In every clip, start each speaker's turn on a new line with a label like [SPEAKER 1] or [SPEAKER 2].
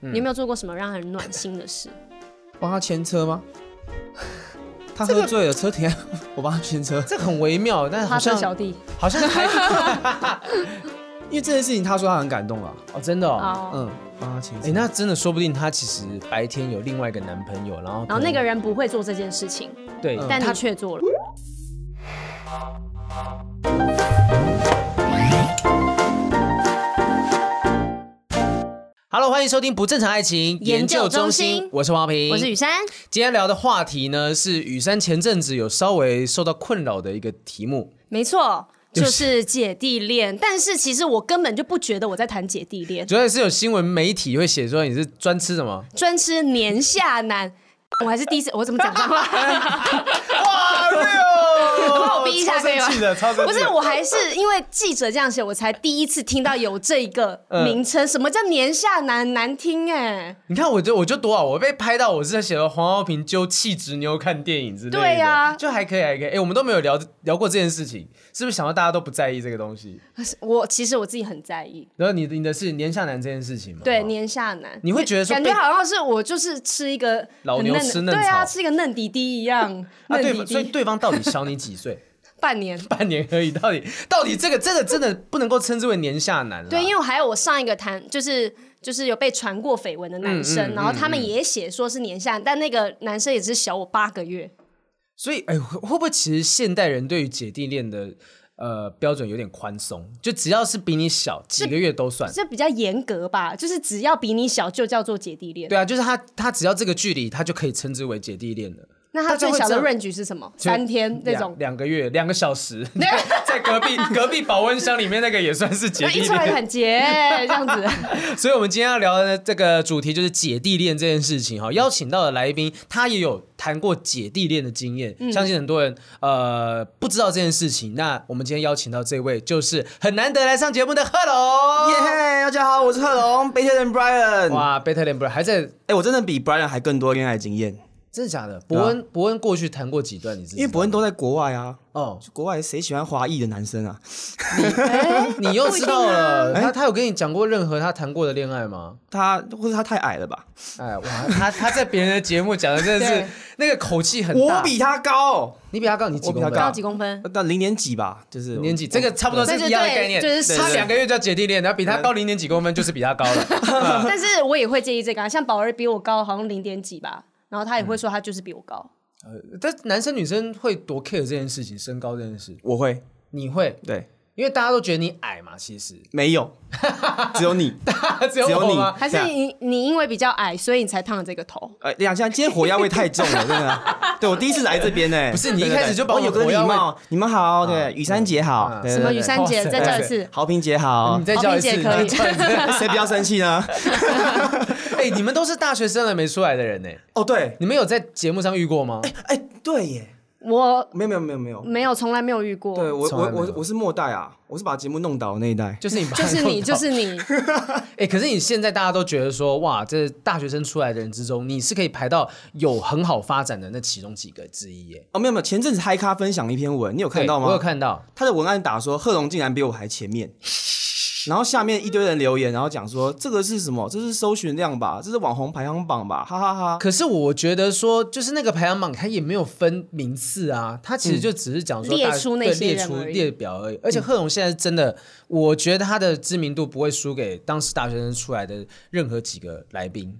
[SPEAKER 1] 你有没有做过什么让人暖心的 事？
[SPEAKER 2] 帮他牵车 吗？他喝醉了，车停在 我帮他牵车。
[SPEAKER 3] 这很微妙，但好
[SPEAKER 4] 花生
[SPEAKER 3] 像
[SPEAKER 4] 小弟
[SPEAKER 3] 好像还
[SPEAKER 2] 因为这件事情，他说他很感动啊。
[SPEAKER 3] 哦，真的哦。
[SPEAKER 4] 哦，
[SPEAKER 2] 嗯，帮他牵
[SPEAKER 3] 哎、
[SPEAKER 2] 车。
[SPEAKER 3] 那真的说不定她其实白天有另外一个男朋友，然后
[SPEAKER 1] 然后
[SPEAKER 3] 可能
[SPEAKER 1] 那个人不会做这件事情，
[SPEAKER 3] 对，嗯
[SPEAKER 1] 但你却做了。
[SPEAKER 3] Hello，欢迎收听不正常爱情
[SPEAKER 1] 研究中心
[SPEAKER 3] 我是黄平，
[SPEAKER 1] 我是雨珊，
[SPEAKER 3] 今天聊的话题呢是雨珊前阵子有稍微受到困扰的一个题目，
[SPEAKER 1] 没错， 就是姐弟恋。但是其实我根本就不觉得我在谈姐弟恋，
[SPEAKER 3] 主要是有新闻媒体会写说你是专吃 什么，
[SPEAKER 1] 专吃年下男。 我还是第一次，我怎么讲脏话？ 哦帮我逼一下可以吗？不是，我还是因为记者这样写，我才第一次听到有这个名称。什么叫年下男？难听哎、
[SPEAKER 3] 你看我就我就多好，我被拍到我是在写了黄浩平揪气质妞看电影之类的，
[SPEAKER 1] 对呀
[SPEAKER 3] 就还可以还可以，哎、我们都没有聊聊过这件事情，是不是想到大家都不在意这个东西？
[SPEAKER 1] 我其实我自己很在意。
[SPEAKER 3] 然后你你的是年下男这件事情吗？
[SPEAKER 1] 对，年下男，
[SPEAKER 3] 你会觉得说
[SPEAKER 1] 感觉
[SPEAKER 3] 被啊
[SPEAKER 1] 好像是我就是吃一个
[SPEAKER 3] 老
[SPEAKER 1] 很
[SPEAKER 3] 牛
[SPEAKER 1] 嫩的
[SPEAKER 3] 吃嫩
[SPEAKER 1] 对啊，
[SPEAKER 3] 草
[SPEAKER 1] 吃一个嫩弟弟一样，
[SPEAKER 3] 啊，
[SPEAKER 1] 嫩
[SPEAKER 3] 对
[SPEAKER 1] 弟，
[SPEAKER 3] 所以
[SPEAKER 1] 弟
[SPEAKER 3] 对方到底小你几 岁？
[SPEAKER 1] 半年。
[SPEAKER 3] 半年而已，到底到底这个真的真的不能够称之为年下男了。
[SPEAKER 1] 对，因为我还有我上一个谈就是。就是有被传过绯闻的男生，
[SPEAKER 3] 嗯嗯
[SPEAKER 1] 然后他们也写说是年下，但那个男生也只是小我八个月。
[SPEAKER 3] 所以哎，会会不会其实现代人对于姐弟恋的呃标准有点宽松，就只要是比你小几个月都算。
[SPEAKER 1] 这比较严格吧，就是只要比你小就叫做姐弟恋。
[SPEAKER 3] 对啊，就是他他只要这个距离，他就可以称之为姐弟恋了。
[SPEAKER 1] 那他最小
[SPEAKER 3] 大家
[SPEAKER 1] 的
[SPEAKER 3] 会
[SPEAKER 1] range 是什么？三天那
[SPEAKER 3] 两
[SPEAKER 1] 种，
[SPEAKER 3] 两个月、两个小时， 在隔壁隔壁保温箱里面那个也啊算是 姐
[SPEAKER 1] 那
[SPEAKER 3] 弟
[SPEAKER 1] 一出来
[SPEAKER 3] 恋。
[SPEAKER 1] 哎很结这 样子。
[SPEAKER 3] 所以，我们今天要聊的这个主题就是姐弟恋这件事情哈。邀请到的来宾，他也有谈过姐弟恋的经验，
[SPEAKER 1] 嗯
[SPEAKER 3] 相信很多人呃不知道这件事情。那我们今天邀请到这位，就是很难得来上节目的贺龙。
[SPEAKER 2] 耶大家好，我是贺龙，Better than Brian。哇，
[SPEAKER 3] 哇，贝特连不是还在？
[SPEAKER 2] 哎、我真的比 Brian 还更多恋爱经验，
[SPEAKER 3] 真的假的？伯恩，伯恩过去谈过几段？你知道
[SPEAKER 2] 啊
[SPEAKER 3] 吗
[SPEAKER 2] 因为伯恩都在国外啊。
[SPEAKER 3] 哦，
[SPEAKER 2] 国外谁喜欢华裔的男生啊？
[SPEAKER 3] 你又知道了。他他有跟你讲过任何他谈过的恋爱吗？
[SPEAKER 2] 他或者他太矮了吧？
[SPEAKER 3] 哎，哇，他他在别人的节目讲的真的是
[SPEAKER 1] 对
[SPEAKER 3] 那个口气很大。
[SPEAKER 2] 我比他高，
[SPEAKER 3] 你比他高，你几
[SPEAKER 2] 我比
[SPEAKER 3] 公
[SPEAKER 2] 他
[SPEAKER 3] 分？啊
[SPEAKER 2] 高
[SPEAKER 1] 高几公分？
[SPEAKER 2] 那零点几吧，就是
[SPEAKER 3] 年纪，这个差不多是一样的概念，
[SPEAKER 1] 对对对就是
[SPEAKER 3] 差
[SPEAKER 2] 对对
[SPEAKER 3] 两个月叫姐弟恋，然后比他高零点几公分，就是比他高了。
[SPEAKER 1] 但是我也会介意这个、啊，像宝儿比我高，好像零点几吧，然后他也会说他就是比我高。
[SPEAKER 3] 但男生女生会多 care 这件事情，身高这件事，
[SPEAKER 2] 我会
[SPEAKER 3] 你会，
[SPEAKER 2] 对，
[SPEAKER 3] 因为大家都觉得你矮嘛，其实
[SPEAKER 2] 没 有，只有你。
[SPEAKER 3] 只有
[SPEAKER 2] 只有
[SPEAKER 3] 我
[SPEAKER 2] 你
[SPEAKER 3] 吗？
[SPEAKER 1] 还是你你因为比较矮，所以你才烫了这个头？
[SPEAKER 2] 哎，两下今天火药味太重了，真 的。对我第一次来这边呢，
[SPEAKER 3] 不是你一开始就把
[SPEAKER 2] 我
[SPEAKER 3] 我的
[SPEAKER 2] 哦有个
[SPEAKER 3] 火
[SPEAKER 2] 礼
[SPEAKER 3] 药味
[SPEAKER 2] 貌，你们好，对，雨珊姐好
[SPEAKER 3] 啊，
[SPEAKER 2] 对
[SPEAKER 1] 什么雨珊姐？
[SPEAKER 3] 对
[SPEAKER 1] 再
[SPEAKER 3] 对对
[SPEAKER 1] 叫一次，
[SPEAKER 2] 豪平姐好
[SPEAKER 3] 嗯你，再叫一次，
[SPEAKER 1] 哦并
[SPEAKER 3] 你
[SPEAKER 1] 且可以
[SPEAKER 3] 再叫一 次
[SPEAKER 2] 谁不要生气 呢？
[SPEAKER 3] 哎，你们都是大学生了没出来的人呢，
[SPEAKER 2] 哦，对，
[SPEAKER 3] 你们有在节目上遇过 吗？
[SPEAKER 2] 哎，对耶，
[SPEAKER 1] 我
[SPEAKER 2] 没有没有没有没有，
[SPEAKER 1] 没有，从来没有遇过。
[SPEAKER 2] 对我
[SPEAKER 3] 从来
[SPEAKER 2] 我
[SPEAKER 3] 没有
[SPEAKER 2] 我我是末代啊，我是把节目弄倒的那一代。
[SPEAKER 3] 就是 你，
[SPEAKER 1] 就是你，就是你，
[SPEAKER 3] 哎、可是你现在大家都觉得说，哇，这大学生出来的人之中，你是可以排到有很好发展的那其中几个之一耶。
[SPEAKER 2] 哦，没有没有，前阵子嗨咖分享了一篇文，你有
[SPEAKER 3] 有
[SPEAKER 2] 看到吗？
[SPEAKER 3] 我有。看到，
[SPEAKER 2] 他的文案打说贺龙竟然比我还前 面，然后下面一堆人留言，然后讲说这个是什么？这是搜寻量吧？这是网红排行榜吧？哈哈哈
[SPEAKER 3] 可是我觉得说，就是那个排行榜，它也没有分名次啊，它其实就只是讲说
[SPEAKER 1] 嗯
[SPEAKER 3] 大
[SPEAKER 1] 列出那
[SPEAKER 3] 对
[SPEAKER 1] 些
[SPEAKER 3] 列
[SPEAKER 1] 人
[SPEAKER 3] 出
[SPEAKER 1] 而已
[SPEAKER 3] 列表而已。
[SPEAKER 2] 嗯
[SPEAKER 3] 而且贺龙现在真的，我觉得他的知名度不会输给当时大学生出来的任何几个来宾。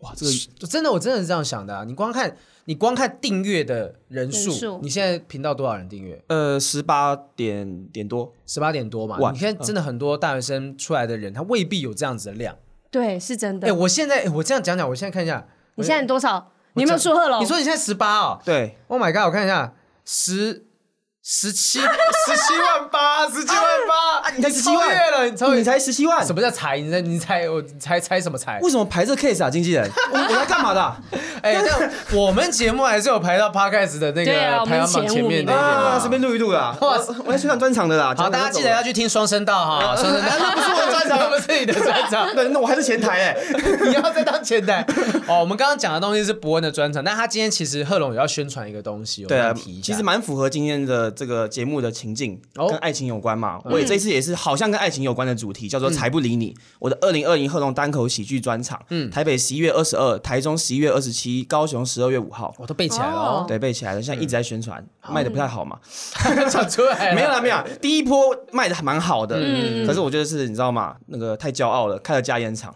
[SPEAKER 2] 哇，这个
[SPEAKER 3] 真的，我真的是这样想的啊！你光看，你光看订阅的人数，
[SPEAKER 1] 人数
[SPEAKER 3] 你现在频道多少人订阅？
[SPEAKER 2] 呃十八点点多，
[SPEAKER 3] 十八点多嘛
[SPEAKER 2] 哇，嗯
[SPEAKER 3] 你看真的很多大学生出来的人，他未必有这样子的量。
[SPEAKER 1] 对，是真
[SPEAKER 3] 哎、
[SPEAKER 1] 的。
[SPEAKER 3] 我现在、哎我这样讲讲，我现在看一下，
[SPEAKER 1] 你现在多少？你有没有说贺龙？
[SPEAKER 3] 你说你现在十八哦
[SPEAKER 2] 对，
[SPEAKER 3] ，Oh my god，我看一下，十十七 十七万八，十七万八，啊、
[SPEAKER 2] 你才17
[SPEAKER 3] 超越
[SPEAKER 2] 万
[SPEAKER 3] 了，你超越
[SPEAKER 2] 你才十七万
[SPEAKER 3] 什，么叫猜？你在你猜我猜猜什么猜？
[SPEAKER 2] 为什么排这 case 啊？经 纪人，我我来干嘛的啊？
[SPEAKER 3] 哎、但我们节目还是有排到 Podcast 的那个
[SPEAKER 1] 对啊我们
[SPEAKER 3] 排行榜
[SPEAKER 1] 前
[SPEAKER 3] 前
[SPEAKER 1] 五
[SPEAKER 3] 面
[SPEAKER 1] 名
[SPEAKER 3] 的一个嘛
[SPEAKER 2] 啊，随便录一录啦。我我在宣传专场的啦。
[SPEAKER 3] 好，大家记得要去听双声道哈，双声
[SPEAKER 2] 啊
[SPEAKER 3] 道不是我的专 场，不是你的专场。
[SPEAKER 2] 对，那我还是前台哎。
[SPEAKER 3] 你要再当前台哦。我们刚刚讲的东西是伯恩的专场，但他今天其实贺龙也要宣传一个东西，我
[SPEAKER 2] 对
[SPEAKER 3] 们
[SPEAKER 2] 啊
[SPEAKER 3] 要提一，下。
[SPEAKER 2] 其实蛮符合今天的这个节目的情境
[SPEAKER 3] 哦嗯
[SPEAKER 2] 跟爱情有关嘛，我也这次也是好像跟爱情有关的主题，叫做“才不理你”。我的二零二零贺龙单口喜剧专场，
[SPEAKER 3] 嗯
[SPEAKER 2] 台北十一月二十二，台中十一月二十七，高雄十二月五号。
[SPEAKER 3] 我都背起来了 哦，嗯
[SPEAKER 2] 对，背起来了，现在一直在宣传，卖的不太好嘛。
[SPEAKER 3] 讲出 来 了
[SPEAKER 2] 没有啦，没有啦，第一波卖的蛮好的，可是我觉得是你知道吗？那个太骄傲了，开了加烟厂。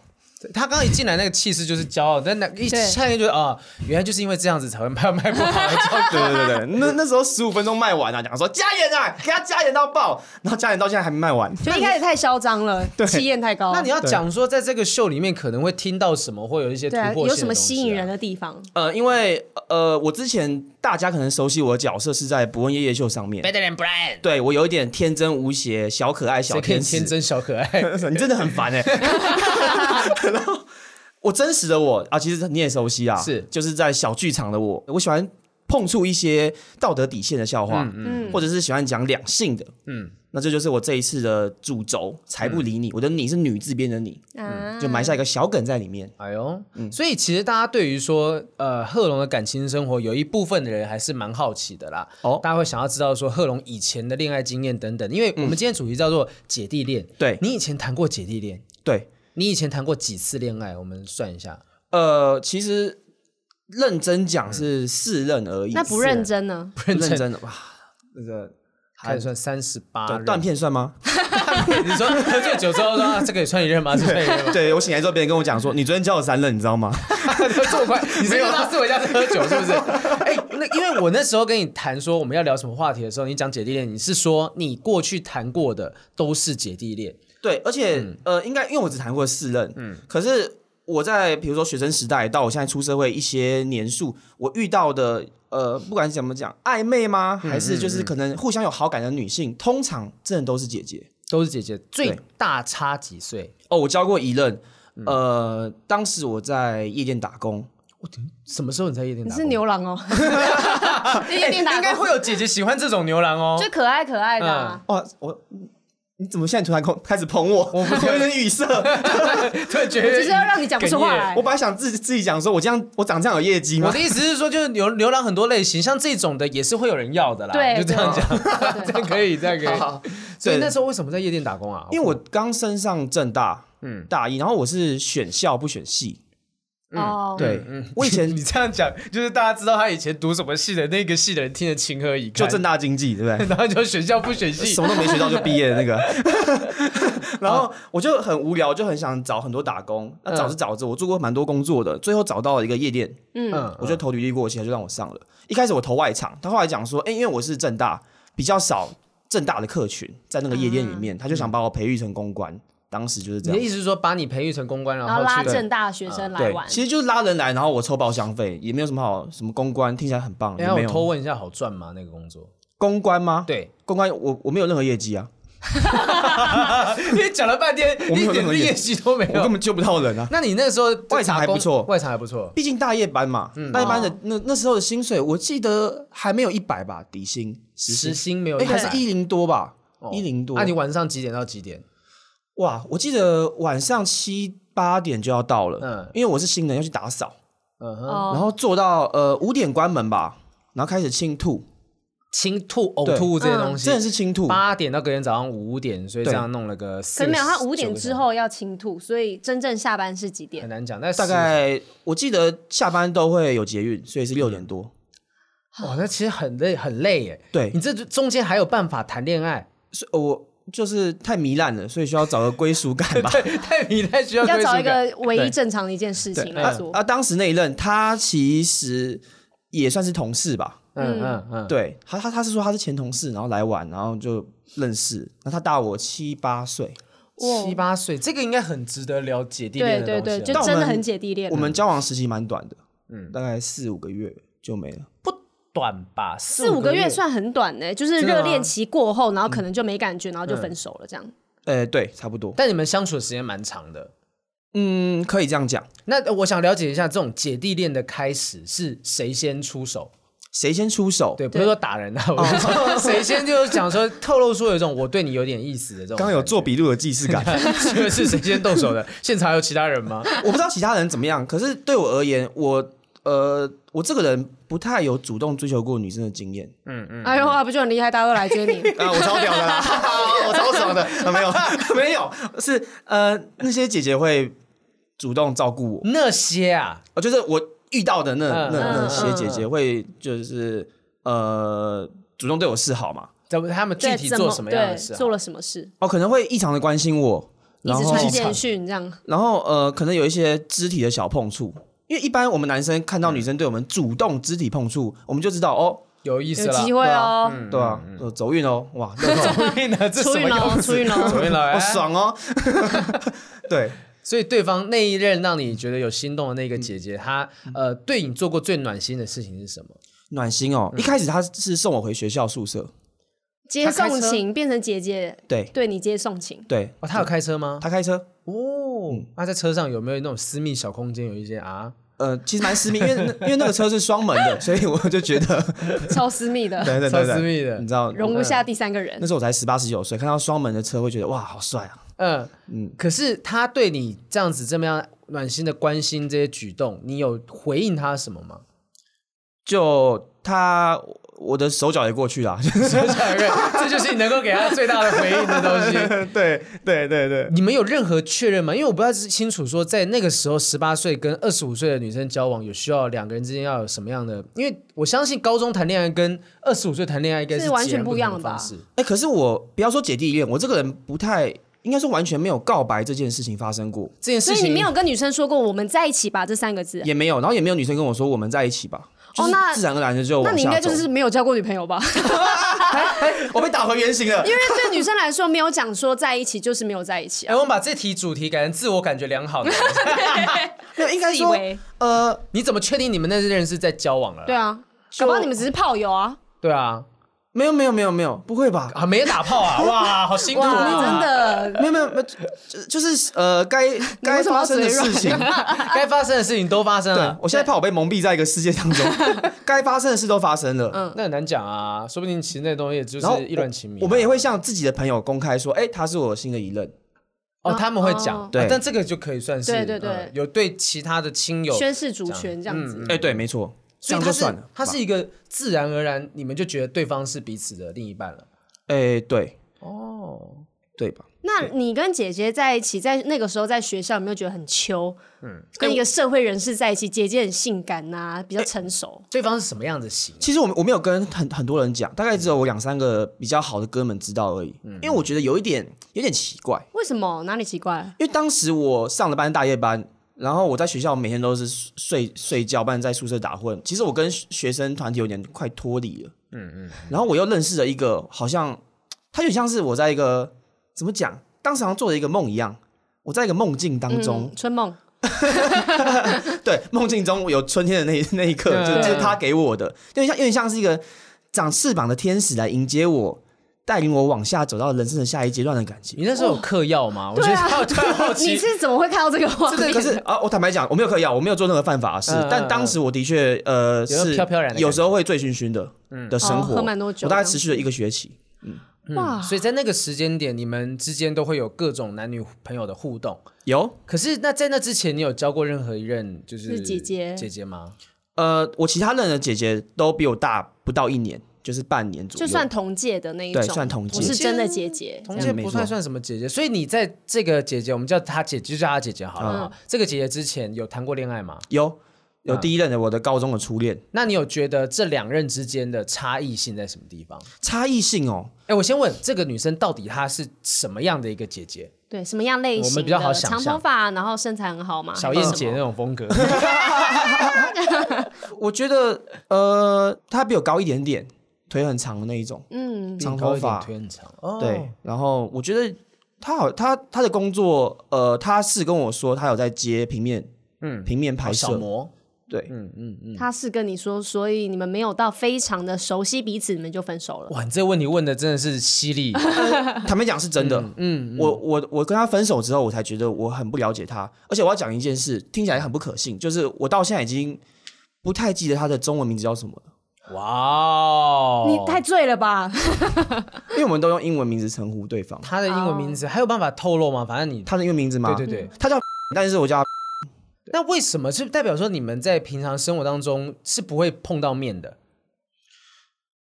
[SPEAKER 3] 他刚刚一进来那个气势就是骄傲，但那一
[SPEAKER 1] 对
[SPEAKER 3] 下就觉得啊，原来就是因为这样子才会卖卖不好。
[SPEAKER 2] 对对对 对，那那时候十五分钟卖完啊，讲说加盐啊，给他加盐到爆，然后加盐到现在还没卖完。
[SPEAKER 1] 就一开始太嚣张了， 气焰太高。
[SPEAKER 3] 那你要讲说，在这个秀里面可能会听到什么，会有一些突
[SPEAKER 1] 对啊，
[SPEAKER 3] 破性的东西啊
[SPEAKER 1] 有什么吸引人？的地方？
[SPEAKER 2] 呃，因为呃，我之前大家可能熟悉我的角色是在《伯恩夜夜秀》上面
[SPEAKER 4] Better than Brian.
[SPEAKER 2] 对我有一点天真无邪、小可爱、小
[SPEAKER 3] 谁可以
[SPEAKER 2] 天使
[SPEAKER 3] 天。真小可爱？
[SPEAKER 2] 你真的很烦哎、然后我真实的我啊，其实你也熟悉啊，
[SPEAKER 3] 是
[SPEAKER 2] 就是在小剧场的我，我喜欢碰触一些道德底线的笑话，
[SPEAKER 1] 嗯
[SPEAKER 2] 或者是喜欢讲两性的，
[SPEAKER 3] 嗯
[SPEAKER 2] 嗯，那这就是我这一次的主轴，才不理你。我的你是女字边的你，
[SPEAKER 3] 嗯
[SPEAKER 1] 啊，
[SPEAKER 2] 就埋下一个小梗在里面。
[SPEAKER 3] 哎呦，
[SPEAKER 2] 嗯
[SPEAKER 3] 所以其实大家对于说，呃，贺龙的感情生活，有一部分的人还是蛮好奇的啦。
[SPEAKER 2] 哦
[SPEAKER 3] 大家会想要知道说贺龙以前的恋爱经验等等，因为我们今天主题叫做姐弟恋。
[SPEAKER 2] 对
[SPEAKER 3] 你以前谈过姐弟恋？
[SPEAKER 2] 对，
[SPEAKER 3] 你以前谈过几次恋爱？我们算一下，
[SPEAKER 2] 呃，其实认真讲是四任而已，
[SPEAKER 1] 那不认真呢？
[SPEAKER 2] 不认真的吧？那个
[SPEAKER 3] 开始算三十八
[SPEAKER 2] 对断片算吗？
[SPEAKER 3] 你说喝醉酒之后说、啊、这个也算一任吗？这算一 任吗？
[SPEAKER 2] 对我醒来之后，别人跟我讲说，你昨天教我三任，你知道吗？
[SPEAKER 3] 这么快？你是跟他四回家是喝酒是不是？ 哎、那因为我那时候跟你谈说我们要聊什么话题的时候，你讲姐弟恋，你是说你过去谈过的都是姐弟恋，
[SPEAKER 2] 对，而且、呃，应该因为我只谈过四任，嗯，可是我在比如说学生时代到我现在出社会一些年数，我遇到的呃，不管是怎么讲，暧昧吗，还是就是可能互相有好感的女性，通常真的都是姐姐。
[SPEAKER 3] 都是姐姐，最
[SPEAKER 2] 对
[SPEAKER 3] 大差几岁？
[SPEAKER 2] 哦，我教过一任，呃，当时我在夜店打工，
[SPEAKER 3] 什么时候你在夜店
[SPEAKER 1] 你
[SPEAKER 3] 打
[SPEAKER 1] 是
[SPEAKER 3] 工？哎
[SPEAKER 1] 牛郎哦， 在夜店打
[SPEAKER 3] 应该
[SPEAKER 1] 工，
[SPEAKER 3] 会有姐姐喜欢这种牛郎哦
[SPEAKER 1] 就。可爱可爱的啊。
[SPEAKER 2] 哇，我你怎么现在突然空开始捧我？ 我有点语塞。
[SPEAKER 3] 突然觉得
[SPEAKER 1] 我就是要让你讲不出话来
[SPEAKER 2] 我本来想自己自己讲说，我这样我长这样有业绩吗
[SPEAKER 3] 我的？意思是说，就是牛牛郎很多类型，像这种的也是会有人要的啦。
[SPEAKER 1] 对
[SPEAKER 3] 就这样
[SPEAKER 1] 对
[SPEAKER 3] 讲， 这样可 以，这样可以。所以
[SPEAKER 2] 对
[SPEAKER 3] 那时候为什么在夜店打工啊？
[SPEAKER 2] 因为我刚升上正大，嗯，大一，然后我是选校不选系，
[SPEAKER 1] 哦，
[SPEAKER 2] 对，
[SPEAKER 3] 嗯
[SPEAKER 2] 我以前
[SPEAKER 3] 你这样讲，就是大家知道他以前读什么系的那个系的人听得情何以
[SPEAKER 2] 就
[SPEAKER 3] 堪，
[SPEAKER 2] 正大经济，对不 对？
[SPEAKER 3] 然后就选校不选系
[SPEAKER 2] 什，么都没学到就毕业的那个， 哦然后我就很无聊，就很想找很多打工。那找着找着，我做过蛮多工作的，最后找到了一个夜店，
[SPEAKER 3] 嗯，
[SPEAKER 2] 我就投履历过去，他就让我上了。一开始我投外场，他后来讲说，哎，因为我是正大，比较少正大的客群在那个夜店里面，他就想把我培育成公关。当时就是这
[SPEAKER 3] 你的
[SPEAKER 2] 样
[SPEAKER 3] 意，思是说把你培育成公关，然
[SPEAKER 1] 然后拉
[SPEAKER 3] 去嗯
[SPEAKER 1] 正大学生来
[SPEAKER 2] 对，
[SPEAKER 1] 玩，
[SPEAKER 2] 其实就是拉人来，然后我抽包厢费，也没有什么好什么公关，听起来很棒，
[SPEAKER 3] 哎，
[SPEAKER 2] 也没
[SPEAKER 3] 我
[SPEAKER 2] 有
[SPEAKER 3] 偷问一下，好赚吗？那个工作？
[SPEAKER 2] 公关吗？，
[SPEAKER 3] 对，
[SPEAKER 2] 公关我我没有任何业绩啊，
[SPEAKER 3] 因为讲了半天，
[SPEAKER 2] 我没
[SPEAKER 3] 一
[SPEAKER 2] 有任
[SPEAKER 3] 点
[SPEAKER 2] 何
[SPEAKER 3] 业
[SPEAKER 2] 业
[SPEAKER 3] 绩都没
[SPEAKER 2] 我根
[SPEAKER 3] 有。
[SPEAKER 2] 本救不到人啊。
[SPEAKER 3] 那你那时候
[SPEAKER 2] 外场还不错
[SPEAKER 3] 外场还不错，
[SPEAKER 2] 毕竟大夜班嘛，大夜班的那那时候的薪水，我记得还没有一百吧，底薪时薪，
[SPEAKER 3] 时薪没有
[SPEAKER 2] 哎，
[SPEAKER 3] 100，
[SPEAKER 2] 还是一零多吧，
[SPEAKER 3] 哦
[SPEAKER 2] 一零多
[SPEAKER 3] 那。你晚上几点到几点？
[SPEAKER 2] 哇，我记得晚上七八点就要到了，
[SPEAKER 3] 嗯
[SPEAKER 2] 因为我是新人要去打扫，
[SPEAKER 3] 嗯哼，
[SPEAKER 1] 哦
[SPEAKER 2] 然后做到呃五点关门吧，然后开始清吐，
[SPEAKER 3] 清吐、呕
[SPEAKER 2] 对
[SPEAKER 3] 吐这些东西
[SPEAKER 2] 真，的是清吐，
[SPEAKER 3] 八点到隔天早上五点，所以这
[SPEAKER 2] 对
[SPEAKER 3] 样弄了个四
[SPEAKER 1] 可
[SPEAKER 3] 十。
[SPEAKER 1] 能没有，他五点
[SPEAKER 3] 九个小
[SPEAKER 1] 之
[SPEAKER 3] 时嗯
[SPEAKER 1] 后要清吐，所以真正下班是几
[SPEAKER 3] 很
[SPEAKER 1] 点？
[SPEAKER 3] 难讲，但
[SPEAKER 2] 大概我记得下班都会有捷运，所以是六点多。
[SPEAKER 3] 哇，哦那其实很累，很累耶。
[SPEAKER 2] 对
[SPEAKER 3] 你这中间还有办法谈恋爱，
[SPEAKER 2] 所以呃我就是太糜烂了，所以需要找个归属感 吧。
[SPEAKER 3] 太你太需要
[SPEAKER 1] 要
[SPEAKER 3] 归属
[SPEAKER 1] 找一
[SPEAKER 3] 感
[SPEAKER 1] 个唯一正常的一件事情来
[SPEAKER 2] 啊
[SPEAKER 1] 做。
[SPEAKER 2] 啊，当时那一任他其实也算是同事吧，
[SPEAKER 3] 嗯
[SPEAKER 1] 嗯
[SPEAKER 3] 嗯嗯，
[SPEAKER 2] 对他他他是说他是前同事，然后来玩，然后就认识。那他大我七八岁，
[SPEAKER 1] 哇
[SPEAKER 3] 七八岁，这个应该很值得聊姐弟
[SPEAKER 1] 对
[SPEAKER 3] 恋
[SPEAKER 1] 对
[SPEAKER 3] 的
[SPEAKER 1] 对，
[SPEAKER 3] 东
[SPEAKER 1] 就
[SPEAKER 3] 西啊。
[SPEAKER 2] 但我
[SPEAKER 1] 真的
[SPEAKER 2] 们
[SPEAKER 1] 很姐弟恋
[SPEAKER 2] 我。们交往时期蛮短的，嗯，大概四五个月就没了。
[SPEAKER 3] 不短吧，四
[SPEAKER 1] 四五个月算很短呢、就是
[SPEAKER 3] 真的吗嗯
[SPEAKER 1] 热恋期过后，然后可能就没感觉，然后就分手了，这样。
[SPEAKER 2] 呃，对，差不多，
[SPEAKER 3] 但你们相处的时间蛮长的。
[SPEAKER 2] 嗯，可以这样讲。
[SPEAKER 3] 那呃我想了解一下，这种姐弟恋的开始是谁先出手？
[SPEAKER 2] 谁先出手？
[SPEAKER 3] 对，不是说打人啊，我是
[SPEAKER 1] 哦
[SPEAKER 3] 说谁先就是讲说透露出有一种我对你有点意思的这种。
[SPEAKER 2] 刚刚有做，笔录的既视感。
[SPEAKER 3] 是是谁先动手的？现场还有其他人吗？
[SPEAKER 2] 我不知道其他人怎么样，可是对我而言，我呃，我这个人不太有主动追求过女生的经验。
[SPEAKER 1] 嗯嗯，哎呦啊，不就很厉害，大家都来追 你。
[SPEAKER 4] 啊，我超屌的 啦， 我超爽的，啊、没有。
[SPEAKER 2] 没有，是呃，那些姐姐会主动照顾我，
[SPEAKER 3] 那些啊，
[SPEAKER 2] 呃就是我遇到的那、
[SPEAKER 3] 嗯
[SPEAKER 2] 那
[SPEAKER 1] 嗯
[SPEAKER 2] 那些姐姐
[SPEAKER 3] 嗯
[SPEAKER 2] 会就是呃主动对我示好嘛，
[SPEAKER 3] 怎么他们具
[SPEAKER 1] 对
[SPEAKER 3] 体
[SPEAKER 1] 怎
[SPEAKER 3] 做什么样的事、
[SPEAKER 1] 对
[SPEAKER 3] 啊？
[SPEAKER 1] 做了什么事？
[SPEAKER 2] 哦，可能会异常的关心我，
[SPEAKER 1] 一
[SPEAKER 2] 然
[SPEAKER 1] 直
[SPEAKER 2] 后
[SPEAKER 1] 传简讯这样，
[SPEAKER 2] 然后呃，可能有一些肢体的小碰触，因为一般我们男生看
[SPEAKER 4] 嗯
[SPEAKER 2] 到女生对我们主动肢体碰触，我们就知道哦，
[SPEAKER 3] 有意思
[SPEAKER 1] 有
[SPEAKER 3] 了，
[SPEAKER 1] 机会哦，
[SPEAKER 3] 嗯
[SPEAKER 2] 对啊，
[SPEAKER 4] 嗯
[SPEAKER 2] 呃走运哦，哇，
[SPEAKER 3] 走运了，这
[SPEAKER 1] 出
[SPEAKER 3] 什
[SPEAKER 1] 运
[SPEAKER 3] 么
[SPEAKER 1] 喽，
[SPEAKER 3] 用？
[SPEAKER 1] 出运喽。
[SPEAKER 3] 走运了，
[SPEAKER 2] 好
[SPEAKER 3] 哎
[SPEAKER 2] 爽哦， 对，
[SPEAKER 3] 所以对方那一任让你觉得有心动的那个姐姐，她呃对你做过最暖心的事情是什么？
[SPEAKER 2] 暖心哦。一开始他是送我回学校宿舍，
[SPEAKER 1] 接送情变成姐姐
[SPEAKER 2] 对
[SPEAKER 1] 对你接送情，
[SPEAKER 2] 对，
[SPEAKER 3] 哦，她有开车吗？
[SPEAKER 2] 他开车，
[SPEAKER 3] 哦，
[SPEAKER 2] 嗯
[SPEAKER 3] 那在车上有没有那种私密小空间？有一些啊，
[SPEAKER 2] 呃，其实蛮私密，因为 那因为那个车是双门的，所以我就觉 得，
[SPEAKER 1] 超私密 的，
[SPEAKER 2] 对对
[SPEAKER 3] 超
[SPEAKER 2] 对嗯
[SPEAKER 3] 私
[SPEAKER 2] 对，
[SPEAKER 3] 密的
[SPEAKER 2] 你，知道，
[SPEAKER 1] 容
[SPEAKER 3] 嗯
[SPEAKER 1] 不下第三个人
[SPEAKER 2] 那。时候我才十八十九岁，看到双门的车会觉得哇，好帅啊！
[SPEAKER 3] 嗯嗯。可是她对你这样子这么样暖心的关心这些举动，你有回应她什么 吗？
[SPEAKER 2] 就他，我的手脚也过去了，
[SPEAKER 3] 这就是你能够给她最大的回应的东西。
[SPEAKER 2] 对对对对，
[SPEAKER 3] 你们有任何确认吗？因为我不太清楚说，在那个时候十八岁跟二十五岁的女生交往，有需要两个人之间要有什么样的？因为我相信高中谈恋爱跟二十五岁谈恋爱应该
[SPEAKER 1] 是
[SPEAKER 3] 截
[SPEAKER 1] 完全
[SPEAKER 3] 然
[SPEAKER 1] 不
[SPEAKER 3] 不
[SPEAKER 1] 一样
[SPEAKER 3] 同
[SPEAKER 1] 的吧
[SPEAKER 3] 方式
[SPEAKER 2] 哎、可是我不要说姐弟恋，我这个人不太，应该说完全没有告白这件事情发生过，
[SPEAKER 3] 这件事
[SPEAKER 1] 所以
[SPEAKER 3] 情
[SPEAKER 1] 你没有跟女生说过我们在一起吧这三个字，
[SPEAKER 2] 也没有，然后也没有女生跟我说我们在一起吧，就是
[SPEAKER 1] 哦那
[SPEAKER 2] 自然而然的就往
[SPEAKER 1] 那
[SPEAKER 2] 下
[SPEAKER 1] 你应该
[SPEAKER 2] 走哎
[SPEAKER 1] 就是没有交过女朋友 吧？
[SPEAKER 2] 我被打回原形了
[SPEAKER 1] 因。为对女生来说，没有讲说在一起就是没有在一起
[SPEAKER 3] 哎、
[SPEAKER 1] 啊。
[SPEAKER 3] 我们把这题主题改成自我感觉良好 的。
[SPEAKER 2] 没有，应该
[SPEAKER 1] 以
[SPEAKER 2] 说
[SPEAKER 1] 为
[SPEAKER 2] 呃，
[SPEAKER 3] 你怎么确定你们那些人是在交往了？
[SPEAKER 1] 对啊，搞不好你们只是炮友啊。
[SPEAKER 3] 对啊，
[SPEAKER 2] 没有没有没有没有，不会吧？
[SPEAKER 3] 啊，没打 炮啊！哇，好辛苦
[SPEAKER 1] 哇，
[SPEAKER 3] 啊！
[SPEAKER 1] 真 的，
[SPEAKER 2] 没有没有没有，就就是呃， 该该
[SPEAKER 1] 为什么要
[SPEAKER 2] 发生的
[SPEAKER 1] 嘴软
[SPEAKER 2] 事情，
[SPEAKER 3] 该发生的事情都发生
[SPEAKER 2] 对
[SPEAKER 3] 了。
[SPEAKER 2] 我现在怕我被蒙蔽在一个世界 当中，该发生的事都发生了。
[SPEAKER 1] 嗯
[SPEAKER 3] 那很难讲啊，说不定其实那东西也就
[SPEAKER 2] 然后
[SPEAKER 3] 是一
[SPEAKER 2] 我
[SPEAKER 3] 段情迷啊、
[SPEAKER 2] 我们也会向自己的朋友公开说，哎，他是我新的一任，
[SPEAKER 3] 哦，他们会讲，
[SPEAKER 1] 哦
[SPEAKER 2] 对
[SPEAKER 3] 啊但这个就可以算是
[SPEAKER 1] 对对对
[SPEAKER 3] 嗯有对其他的亲友，
[SPEAKER 1] 宣誓主权这
[SPEAKER 3] 嗯
[SPEAKER 1] 样子。
[SPEAKER 2] 哎，对，没错，这
[SPEAKER 3] 所以
[SPEAKER 2] 样
[SPEAKER 3] 他
[SPEAKER 2] 就是算了。
[SPEAKER 3] 他是一个自然而然，你们就觉得对方是彼此的另一半了。
[SPEAKER 2] 哎，对
[SPEAKER 3] 哦，
[SPEAKER 2] 对吧？
[SPEAKER 1] 那你跟姐姐在一起，在那个时候在学校，有没有觉得很秋？嗯，跟一个社会人士在一起，姐姐很性感呐、比较成熟。
[SPEAKER 3] 对方是什么样的型？
[SPEAKER 2] 其实我们我没有跟很很多人讲，大概只有我两三个比较好的哥们知道而已，因为我觉得有一点有点奇怪。
[SPEAKER 1] 为什么？哪里奇怪？
[SPEAKER 2] 因为当时我上了班大夜班，然后我在学校每天都是睡睡觉，不然在宿舍打混。其实我跟学生团体有点快脱离了，嗯嗯。然后我又认识了一个，好像他就像是我在一个怎么讲，当时好像做了一个梦一样，我在一个梦境当中
[SPEAKER 1] 嗯，，春梦，
[SPEAKER 2] 对，梦境中有春天的那一那一刻，
[SPEAKER 3] 对
[SPEAKER 2] 就就是他给我的，有点像有点像是一个长翅膀的天使来迎接我。带领我往下走到人生的下一阶段的感觉
[SPEAKER 3] 你，那时候有嗑药吗？我觉得
[SPEAKER 1] 对 啊
[SPEAKER 3] 他有突然好
[SPEAKER 1] 你
[SPEAKER 3] 奇，
[SPEAKER 1] 是怎么会看到这个 画
[SPEAKER 2] 这
[SPEAKER 1] 面？
[SPEAKER 2] 个可 是啊，我坦白讲，我没有嗑药，我没有做任何犯法的事
[SPEAKER 3] 嗯嗯，
[SPEAKER 2] 但当时我的确呃
[SPEAKER 3] 有
[SPEAKER 2] 是
[SPEAKER 3] 飘飘然的感觉嗯
[SPEAKER 2] 有时候会醉醺醺的，的生活
[SPEAKER 1] 哦喝蛮多酒
[SPEAKER 2] 我大概持续了一个学期。
[SPEAKER 1] 哇，
[SPEAKER 3] 嗯
[SPEAKER 2] 啊
[SPEAKER 3] 所以在那个时间点，你们之间都会有各种男女朋友的互动。
[SPEAKER 2] 有
[SPEAKER 3] 可是那在那之前，你有交过任何一任就是
[SPEAKER 1] 是姐姐
[SPEAKER 3] 姐姐吗？
[SPEAKER 2] 呃，我其他认的姐姐都比我大不到一年，就是半年左右，
[SPEAKER 1] 就算同届的那一种，
[SPEAKER 2] 对算同届
[SPEAKER 1] 不是真的姐姐。
[SPEAKER 3] 同届
[SPEAKER 2] 嗯没
[SPEAKER 3] 不
[SPEAKER 2] 错
[SPEAKER 3] 太算什么姐姐，所以你在这个姐姐，我们叫她姐，就叫她姐姐好
[SPEAKER 2] 嗯
[SPEAKER 3] 了。这个姐姐之前有谈过恋爱吗？
[SPEAKER 2] 有
[SPEAKER 3] 嗯
[SPEAKER 2] 有第一任的我的高中的初恋，
[SPEAKER 3] 那你有觉得这两任之间的差异性在什么地方？
[SPEAKER 2] 差异性哦，
[SPEAKER 3] 哎，我先问这个女生到底她是什么样的一个姐姐？
[SPEAKER 1] 对，什么样类型的？
[SPEAKER 3] 我们比较好想象
[SPEAKER 1] 长头发，然后身材很好嘛。
[SPEAKER 2] 啊
[SPEAKER 3] 小燕姐那种风格，
[SPEAKER 2] 我觉得呃，她比我高一点点，腿很长的那一种，
[SPEAKER 1] 嗯，
[SPEAKER 2] 长头发，
[SPEAKER 3] 腿很长。哦，
[SPEAKER 2] 对，然后我觉得他好，他他的工作，呃，他是跟我说他有在接平面，嗯，平面拍
[SPEAKER 3] 好小嗯
[SPEAKER 2] 摄，
[SPEAKER 3] 魔，
[SPEAKER 2] 对，嗯
[SPEAKER 1] 他是跟你说，所以你们没有到非常的熟悉彼此，你们就分手了。
[SPEAKER 3] 哇，你这问题问的真的是 犀利。
[SPEAKER 2] 坦白讲是真的，嗯，我我我跟他分手之后，我才觉得我很不了解他，而且我要讲一件事，听起来很不可信，就是我到现在已经不太记得他的中文名字叫什么了，
[SPEAKER 3] 哇哦，
[SPEAKER 1] 你太醉了吧？
[SPEAKER 2] 因为我们都用英文名字称呼对方，
[SPEAKER 3] 她
[SPEAKER 2] 嗯
[SPEAKER 3] 的英文名字还有办法透露吗？反正你
[SPEAKER 2] 他的英文名字吗？
[SPEAKER 3] 对对对，
[SPEAKER 2] 他叫，但是我叫他
[SPEAKER 3] 那为什么是代表说你们在平常生活当中是不会碰到面的？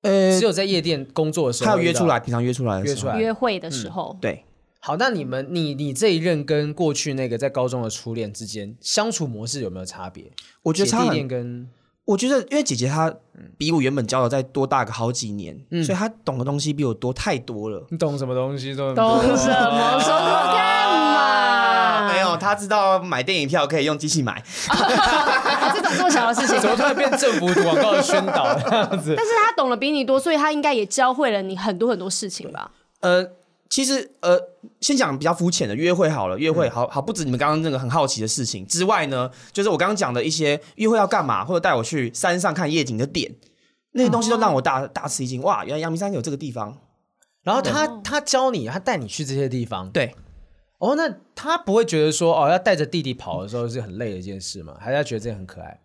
[SPEAKER 2] 呃
[SPEAKER 3] 只，有在夜店工作的时候，
[SPEAKER 2] 还呃有约出来，。平常约出来的时候，
[SPEAKER 3] 呃约出来
[SPEAKER 1] 约会的时候，
[SPEAKER 2] 对，
[SPEAKER 3] 好，那你们你你这一任跟过去那个在高中的初恋之间相处模式有没有差别？
[SPEAKER 2] 我觉得
[SPEAKER 3] 姐
[SPEAKER 2] 差
[SPEAKER 3] 弟
[SPEAKER 2] 很
[SPEAKER 3] 恋跟
[SPEAKER 2] 我觉得，因为姐姐她比我原本教的再多大个好几年，所以她懂的东西比我多太多了。
[SPEAKER 3] 你懂什么东西
[SPEAKER 2] 嗯
[SPEAKER 3] 都
[SPEAKER 1] 懂什 么？说说干 嘛？
[SPEAKER 2] 啊
[SPEAKER 1] 啊
[SPEAKER 2] 没有，她知道买电影票可以用机器买，
[SPEAKER 1] 这种这么小的 事情，
[SPEAKER 3] 怎么突然变政府广告的宣导这样子？
[SPEAKER 1] 但是他懂得比你多，所以他应该也教会了你很多很多事情吧？
[SPEAKER 2] 呃，其实呃，先讲比较肤浅的约会好了，约会好好不止你们刚刚那个很好奇的事情之外呢，就是我刚刚讲的一些约会要干嘛，或者带我去山上看夜景的点，那些东西都让我大、大吃一惊。哇，原来阳明山有这个地方，
[SPEAKER 3] 然后他他教你，他带你去这些地方。
[SPEAKER 2] 对，
[SPEAKER 3] 哦，那他不会觉得说哦，要带着弟弟跑的时候是很累的一件事吗？还是他觉得这样很可爱？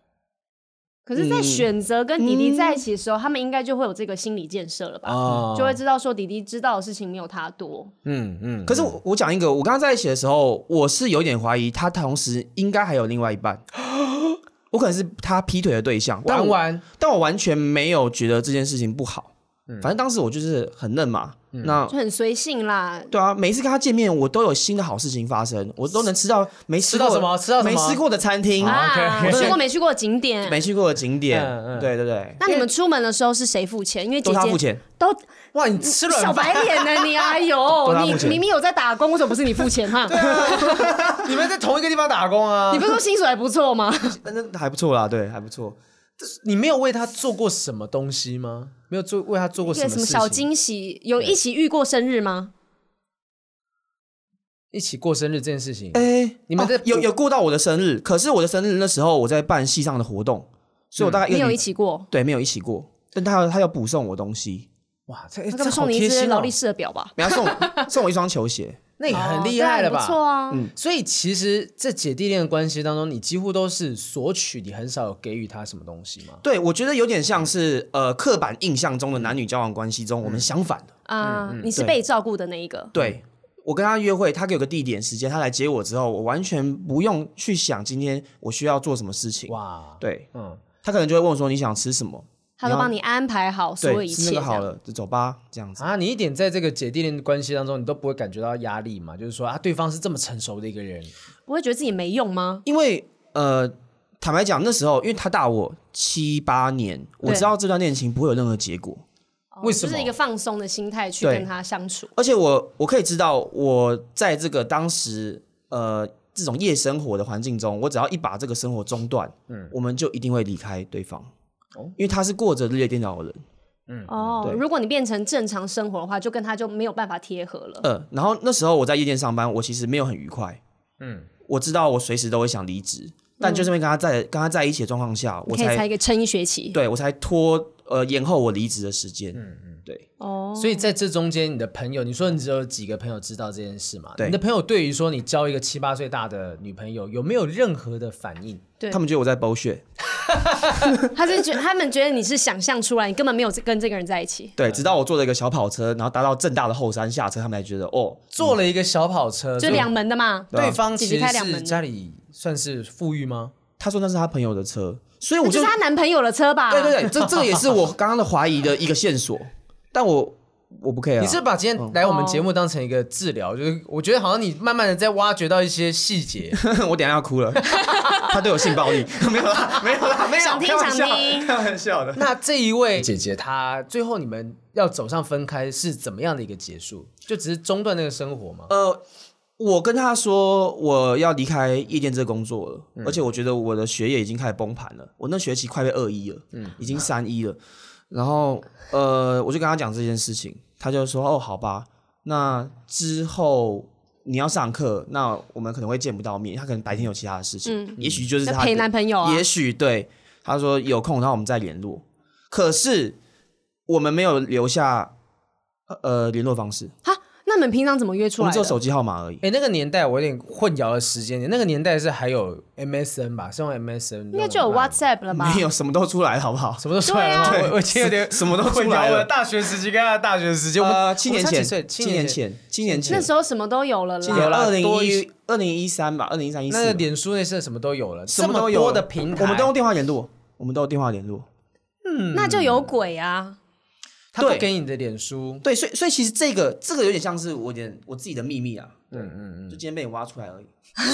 [SPEAKER 1] 可是，在选择跟弟弟在一起的时候，他们应该就会有这个心理建设了吧？
[SPEAKER 3] 哦
[SPEAKER 1] 嗯就会知道说弟弟知道的事情没有他多。
[SPEAKER 3] 嗯嗯。
[SPEAKER 2] 可是我我讲一个，我刚刚在一起的时候，我是有点怀疑他同时应该还有另外一半， 我可能是他劈腿的对象，但
[SPEAKER 3] 玩
[SPEAKER 2] 我
[SPEAKER 3] 玩，
[SPEAKER 2] 但我完全没有觉得这件事情不好，
[SPEAKER 3] 嗯
[SPEAKER 2] 反正当时我就是很嫩嘛，那
[SPEAKER 1] 就很随性啦。
[SPEAKER 2] 对啊，每一次跟他见面，我都有新的好事情发生，我都能吃到没吃过
[SPEAKER 3] 吃到什么吃到什么
[SPEAKER 2] 没吃过的餐厅，
[SPEAKER 1] 啊，
[SPEAKER 3] OK，OK
[SPEAKER 1] 去过没去过的景点？
[SPEAKER 2] 没去过的景点，
[SPEAKER 3] 嗯嗯
[SPEAKER 2] 对对对，
[SPEAKER 1] 那你们出门的时候是谁付钱？因为姐
[SPEAKER 2] 都他
[SPEAKER 1] 姐
[SPEAKER 2] 付钱，
[SPEAKER 1] 都
[SPEAKER 3] 哇，你吃软
[SPEAKER 1] 小
[SPEAKER 3] 饭
[SPEAKER 1] 白脸呢，你哎
[SPEAKER 2] 都
[SPEAKER 1] 呦，
[SPEAKER 2] 他
[SPEAKER 1] 你
[SPEAKER 2] 付钱啊
[SPEAKER 1] 明明有在打工，为什么不是你付钱哈？
[SPEAKER 3] 你们在同一个地方打工啊？
[SPEAKER 1] 啊你不是说薪水还不错吗？
[SPEAKER 2] 那那还不错啦，对，还不错。
[SPEAKER 3] 你没有为他做过什么东西吗？没有做为他做过
[SPEAKER 1] 对，
[SPEAKER 3] 么
[SPEAKER 1] 什
[SPEAKER 3] 事
[SPEAKER 1] 么
[SPEAKER 3] 情？
[SPEAKER 1] 小惊喜？有一起遇过生日吗？
[SPEAKER 3] 一起过生日这件事情，
[SPEAKER 2] 哎，
[SPEAKER 3] 你们在
[SPEAKER 2] 哦有有过到我的生日，可是我的生日那时候我在办系上的活动，所以我大概一个
[SPEAKER 1] 嗯没有
[SPEAKER 2] 礼
[SPEAKER 1] 一起过。
[SPEAKER 2] 对，没有一起过，但他他要补送我东西，
[SPEAKER 3] 哇，这
[SPEAKER 1] 他
[SPEAKER 3] 这
[SPEAKER 1] 们
[SPEAKER 3] 好
[SPEAKER 1] 送你一
[SPEAKER 3] 贴
[SPEAKER 1] 只
[SPEAKER 3] 心
[SPEAKER 1] 劳
[SPEAKER 3] 哦
[SPEAKER 1] 力，士的表吧？
[SPEAKER 2] 没有 他送送我一双球鞋，
[SPEAKER 3] 那也
[SPEAKER 2] 哎
[SPEAKER 3] 很
[SPEAKER 1] 哦
[SPEAKER 3] 厉害了
[SPEAKER 1] 对啊不
[SPEAKER 3] 吧？
[SPEAKER 1] 错啊，
[SPEAKER 2] 嗯
[SPEAKER 3] 所以其实，在姐弟恋的关系当中，你几乎都是索取，你很少有给予他什么东西吗？
[SPEAKER 2] 对我觉得有点像是呃刻板印象中的男女交往关系中，我们
[SPEAKER 1] 嗯
[SPEAKER 2] 相反的。
[SPEAKER 1] 啊，
[SPEAKER 2] 嗯
[SPEAKER 1] 你是被照顾的那一个。
[SPEAKER 2] 对我跟他约会，他给我个地点时间，他来接我之后，我完全不用去想今天我需要做什么事情。
[SPEAKER 3] 哇，
[SPEAKER 2] 对
[SPEAKER 3] 嗯，
[SPEAKER 2] 他可能就会问我说你想吃什么，
[SPEAKER 1] 他都帮你安排好所有
[SPEAKER 2] 对，
[SPEAKER 1] 一
[SPEAKER 2] 吃
[SPEAKER 1] 切。
[SPEAKER 2] 那个好
[SPEAKER 1] 这样，
[SPEAKER 2] 了，就走吧，这样子。
[SPEAKER 3] 啊，你一点在这个姐弟恋的关系当中，你都不会感觉到压力嘛？就是说啊，对方是这么成熟的一个人，
[SPEAKER 1] 不会觉得自己没用吗？
[SPEAKER 2] 因为呃，坦白讲，那时候因为他大我七八年，我
[SPEAKER 1] 对
[SPEAKER 2] 知道这段恋情不会有任何结果。
[SPEAKER 1] 哦
[SPEAKER 3] 为什么
[SPEAKER 1] 就是一个放松的心态去
[SPEAKER 2] 对
[SPEAKER 1] 跟他相处。
[SPEAKER 2] 而且我我可以知道，我在这个当时呃这种夜生活的环境中，我只要一把这个生活中断，嗯，哦我们就一定会离开对方。因为他是过着日夜颠倒的人，
[SPEAKER 1] 哦
[SPEAKER 2] 嗯对，
[SPEAKER 1] 如果你变成正常生活的话，就跟他就没有办法贴合了。
[SPEAKER 2] 呃，然后那时候我在夜店上班，我其实没有很愉快，嗯，我知道我随时都会想离职，但就是因为跟他在跟他在一起的状况下，
[SPEAKER 1] 你
[SPEAKER 2] 我
[SPEAKER 1] 可以
[SPEAKER 2] 才
[SPEAKER 1] 才给撑一学期。
[SPEAKER 2] 对我才拖呃延后我离职的时间，嗯嗯，对，
[SPEAKER 1] 哦，
[SPEAKER 3] 所以在这中间，你的朋友，你说你只有几个朋友知道这件事嘛？
[SPEAKER 2] 对
[SPEAKER 3] 你的朋友对于说你交一个七八岁大的女朋友，有没有任何的反应？
[SPEAKER 1] 对
[SPEAKER 2] 他们觉得我在剥削，
[SPEAKER 1] 他是觉他们觉得你是想象出来，你根本没有跟这个人在一起。
[SPEAKER 2] 对，直到我坐了一个小跑车，然后搭到正大的后山下车，他们才觉得哦，
[SPEAKER 3] 坐了一个小跑车，
[SPEAKER 1] 就两门的嘛，
[SPEAKER 3] 嗯对啊方其
[SPEAKER 1] 姐姐
[SPEAKER 3] 实
[SPEAKER 1] 开两门
[SPEAKER 3] 是家里算是富裕吗？
[SPEAKER 2] 他说那是他朋友的车，所以我
[SPEAKER 1] 那就
[SPEAKER 2] 就是
[SPEAKER 1] 她男朋友的车吧？
[SPEAKER 2] 对对对，这这个也是 我刚刚的怀疑的一个线索，但我我不 care，啊
[SPEAKER 3] 你是把今天来我们节
[SPEAKER 1] 哦
[SPEAKER 3] 目当成一个治疗，就是我觉得好像你慢慢的在挖掘到一些细节。
[SPEAKER 2] 我等一下要哭了，他对我性暴力， 没有啦，没有啦，没有，
[SPEAKER 1] 想听
[SPEAKER 2] 开玩
[SPEAKER 1] 想
[SPEAKER 2] 笑
[SPEAKER 1] 听
[SPEAKER 2] 开玩笑的。
[SPEAKER 3] 那这一位姐姐她最后你们要走上分开是怎么样的一个结束？就只是中断那个生活吗？
[SPEAKER 2] 呃，我跟他说我要离开夜店这个工作了，而且我觉得我的学业已经开始崩盘了，我那学期快被二一了，已经三一了。然后呃，我就跟他讲这件事情，他就说哦，好吧，那之后。你要上课，那我们可能会见不到面。他可能白天有其他的事情，也许就是
[SPEAKER 1] 要
[SPEAKER 2] 他
[SPEAKER 1] 嗯陪
[SPEAKER 2] 的
[SPEAKER 1] 男朋友啊
[SPEAKER 2] 也许对他说有空，然后我们再联络。可是我们没有留下呃联络方式，
[SPEAKER 1] 哈，那们平常怎么约出
[SPEAKER 2] 我
[SPEAKER 1] 来的？
[SPEAKER 2] 们只有手机号码而已。
[SPEAKER 3] 哎、那个年代我有点混淆了时间点，那个年代是还有 MSN 吧，是用 MSN，
[SPEAKER 1] 应该就有 WhatsApp 了吧？
[SPEAKER 2] 没有什么都出来，好不好？
[SPEAKER 3] 什么都出来了吗，
[SPEAKER 1] 对啊
[SPEAKER 3] 我我今天有 点
[SPEAKER 2] 什么都出
[SPEAKER 3] 混
[SPEAKER 2] 来
[SPEAKER 3] 淆
[SPEAKER 2] 了
[SPEAKER 3] 我的大学时期跟他的大学时期，我们
[SPEAKER 2] 呃，七
[SPEAKER 3] 我们
[SPEAKER 2] 年
[SPEAKER 3] 差几
[SPEAKER 2] 前
[SPEAKER 3] 岁，
[SPEAKER 2] 七年，前，七年前
[SPEAKER 1] 那，时候什么都有了
[SPEAKER 2] 七
[SPEAKER 1] 啦。
[SPEAKER 2] 年
[SPEAKER 3] 有啦
[SPEAKER 2] 二零
[SPEAKER 3] 多
[SPEAKER 2] 一
[SPEAKER 3] 一
[SPEAKER 2] 二零一三吧，二零一三一
[SPEAKER 3] 那
[SPEAKER 2] 四，
[SPEAKER 3] 脸书那些什么都有了，
[SPEAKER 2] 什么都
[SPEAKER 3] 这
[SPEAKER 2] 有
[SPEAKER 3] 多的平台，
[SPEAKER 2] 我们都用电话联络，我们都有电话联络。
[SPEAKER 1] 那就有鬼啊！
[SPEAKER 3] 他不
[SPEAKER 2] 对
[SPEAKER 3] 给你的脸书，
[SPEAKER 2] 对，所以所以其实这个这个有点像是我有点我自己的秘密啊，嗯嗯嗯，就今天被你挖出来而已。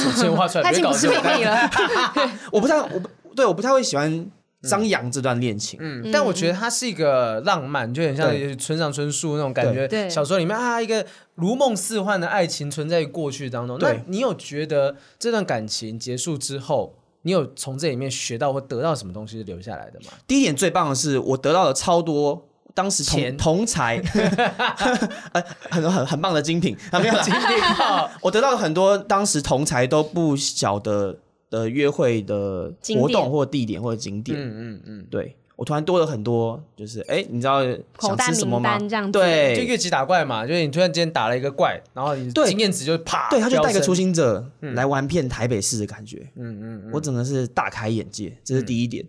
[SPEAKER 3] 手机画出来，
[SPEAKER 1] 他已
[SPEAKER 3] 别
[SPEAKER 1] 经
[SPEAKER 3] 搞
[SPEAKER 1] 不是秘
[SPEAKER 3] 这种
[SPEAKER 1] 密 了，
[SPEAKER 2] 我不太我不对我不太会喜欢张扬这段恋情，
[SPEAKER 3] 嗯但我觉得它是一个浪漫，就很像
[SPEAKER 2] 对
[SPEAKER 3] 村上春树那种感
[SPEAKER 1] 对对
[SPEAKER 3] 觉。小说里面啊，一个如梦似幻的爱情存在于过去当中。那
[SPEAKER 2] 对
[SPEAKER 3] 你有觉得这段感情结束之后，你有从这里面学到或得到什么东西留下来的吗？
[SPEAKER 2] 第一点最棒的是，我得到了超多当时同
[SPEAKER 3] 钱
[SPEAKER 2] 同才， 呃，很多很很棒的精品，啊、没有啦 我得到了很多当时同才都不晓得的约会的
[SPEAKER 1] 景
[SPEAKER 2] 活动
[SPEAKER 1] 点
[SPEAKER 2] 或地点或者景点，
[SPEAKER 3] 嗯嗯嗯，
[SPEAKER 2] 对。我突然多了很多，就是哎、你知道
[SPEAKER 1] 口
[SPEAKER 2] 想
[SPEAKER 1] 袋
[SPEAKER 2] 吃什么
[SPEAKER 1] 名
[SPEAKER 2] 吗？
[SPEAKER 1] 单这样子
[SPEAKER 2] 对，
[SPEAKER 3] 就越级打怪嘛，就是你突然间打了一个怪，然后你
[SPEAKER 2] 哎对
[SPEAKER 3] 经验值就啪，
[SPEAKER 2] 对，他就带个
[SPEAKER 3] 飙升
[SPEAKER 2] 初心者
[SPEAKER 1] 嗯
[SPEAKER 2] 来玩遍台北市的感觉。
[SPEAKER 3] 嗯嗯
[SPEAKER 2] 我整个是大开眼界，这是
[SPEAKER 1] 嗯
[SPEAKER 2] 第一点。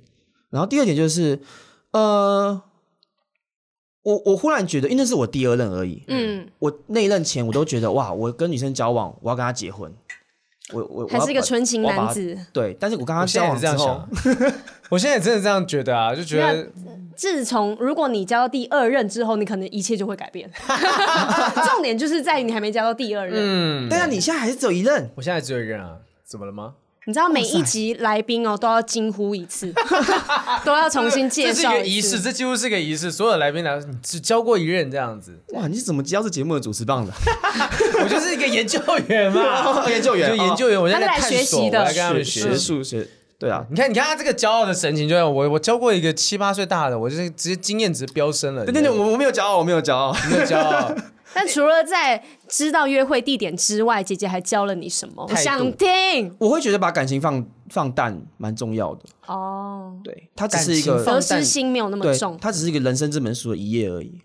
[SPEAKER 2] 然后第二点就是，呃，我我忽然觉得，因为那是我第二任而已。
[SPEAKER 1] 嗯，
[SPEAKER 2] 我那一任前，我都觉得哇，我跟女生交往，我要跟她结婚。我我我
[SPEAKER 1] 还
[SPEAKER 2] 要
[SPEAKER 1] 是一个
[SPEAKER 2] 把
[SPEAKER 1] 纯情
[SPEAKER 2] 我要把
[SPEAKER 1] 男
[SPEAKER 2] 她
[SPEAKER 1] 子，
[SPEAKER 2] 对，但是我跟她
[SPEAKER 3] 我现
[SPEAKER 2] 交
[SPEAKER 3] 在也
[SPEAKER 2] 往之
[SPEAKER 3] 是这样想
[SPEAKER 2] 后
[SPEAKER 3] 啊，， 我现在也真的这样觉得啊，就觉
[SPEAKER 1] 没
[SPEAKER 3] 得
[SPEAKER 1] 自从如果你交到第二任之后，你可能一切就会改变。 重点就是在于你还没交到第二任。
[SPEAKER 3] 嗯，
[SPEAKER 2] 但是啊你现在还是只有一任，
[SPEAKER 3] 我现在只有一个人啊，怎么了吗？
[SPEAKER 1] 你知道每一集来宾哦都要惊呼一次， 都要重新介
[SPEAKER 3] 这是一
[SPEAKER 1] 绍
[SPEAKER 3] 个仪
[SPEAKER 1] 一
[SPEAKER 3] 式，
[SPEAKER 1] 次。
[SPEAKER 3] 这几乎是个仪式。所有来宾来，你只教过一任这 样子，
[SPEAKER 2] 哇，你是怎么教这节目的主持棒的？
[SPEAKER 3] 我就是一个研究员 嘛，
[SPEAKER 2] 研究员
[SPEAKER 3] 就研究员，我现在
[SPEAKER 1] 哦他
[SPEAKER 3] 在
[SPEAKER 1] 们来
[SPEAKER 3] 探索，
[SPEAKER 1] 学习的
[SPEAKER 3] 我在跟他们学
[SPEAKER 2] 学
[SPEAKER 3] 习。
[SPEAKER 2] 术学，对啊。
[SPEAKER 3] 你看，你看他这个骄傲的神情，就像我，我教过一个七八岁大的，我就是直接经验值飙升了。
[SPEAKER 2] 等等等，我我没有骄傲，我没有骄 傲。
[SPEAKER 3] 没有骄 傲，
[SPEAKER 1] 但除了在知道约会地点之外，姐姐还教了你什么？我
[SPEAKER 3] 态度
[SPEAKER 1] 想听
[SPEAKER 2] 我会觉得把感情放放淡蛮重要的，
[SPEAKER 1] 哦。
[SPEAKER 2] 对，它只是一
[SPEAKER 3] 感
[SPEAKER 2] 个
[SPEAKER 3] 情放
[SPEAKER 1] 得
[SPEAKER 3] 淡
[SPEAKER 1] 失心没有那么
[SPEAKER 2] 对，
[SPEAKER 1] 重，
[SPEAKER 2] 它只是一个人生这本书的一页而已。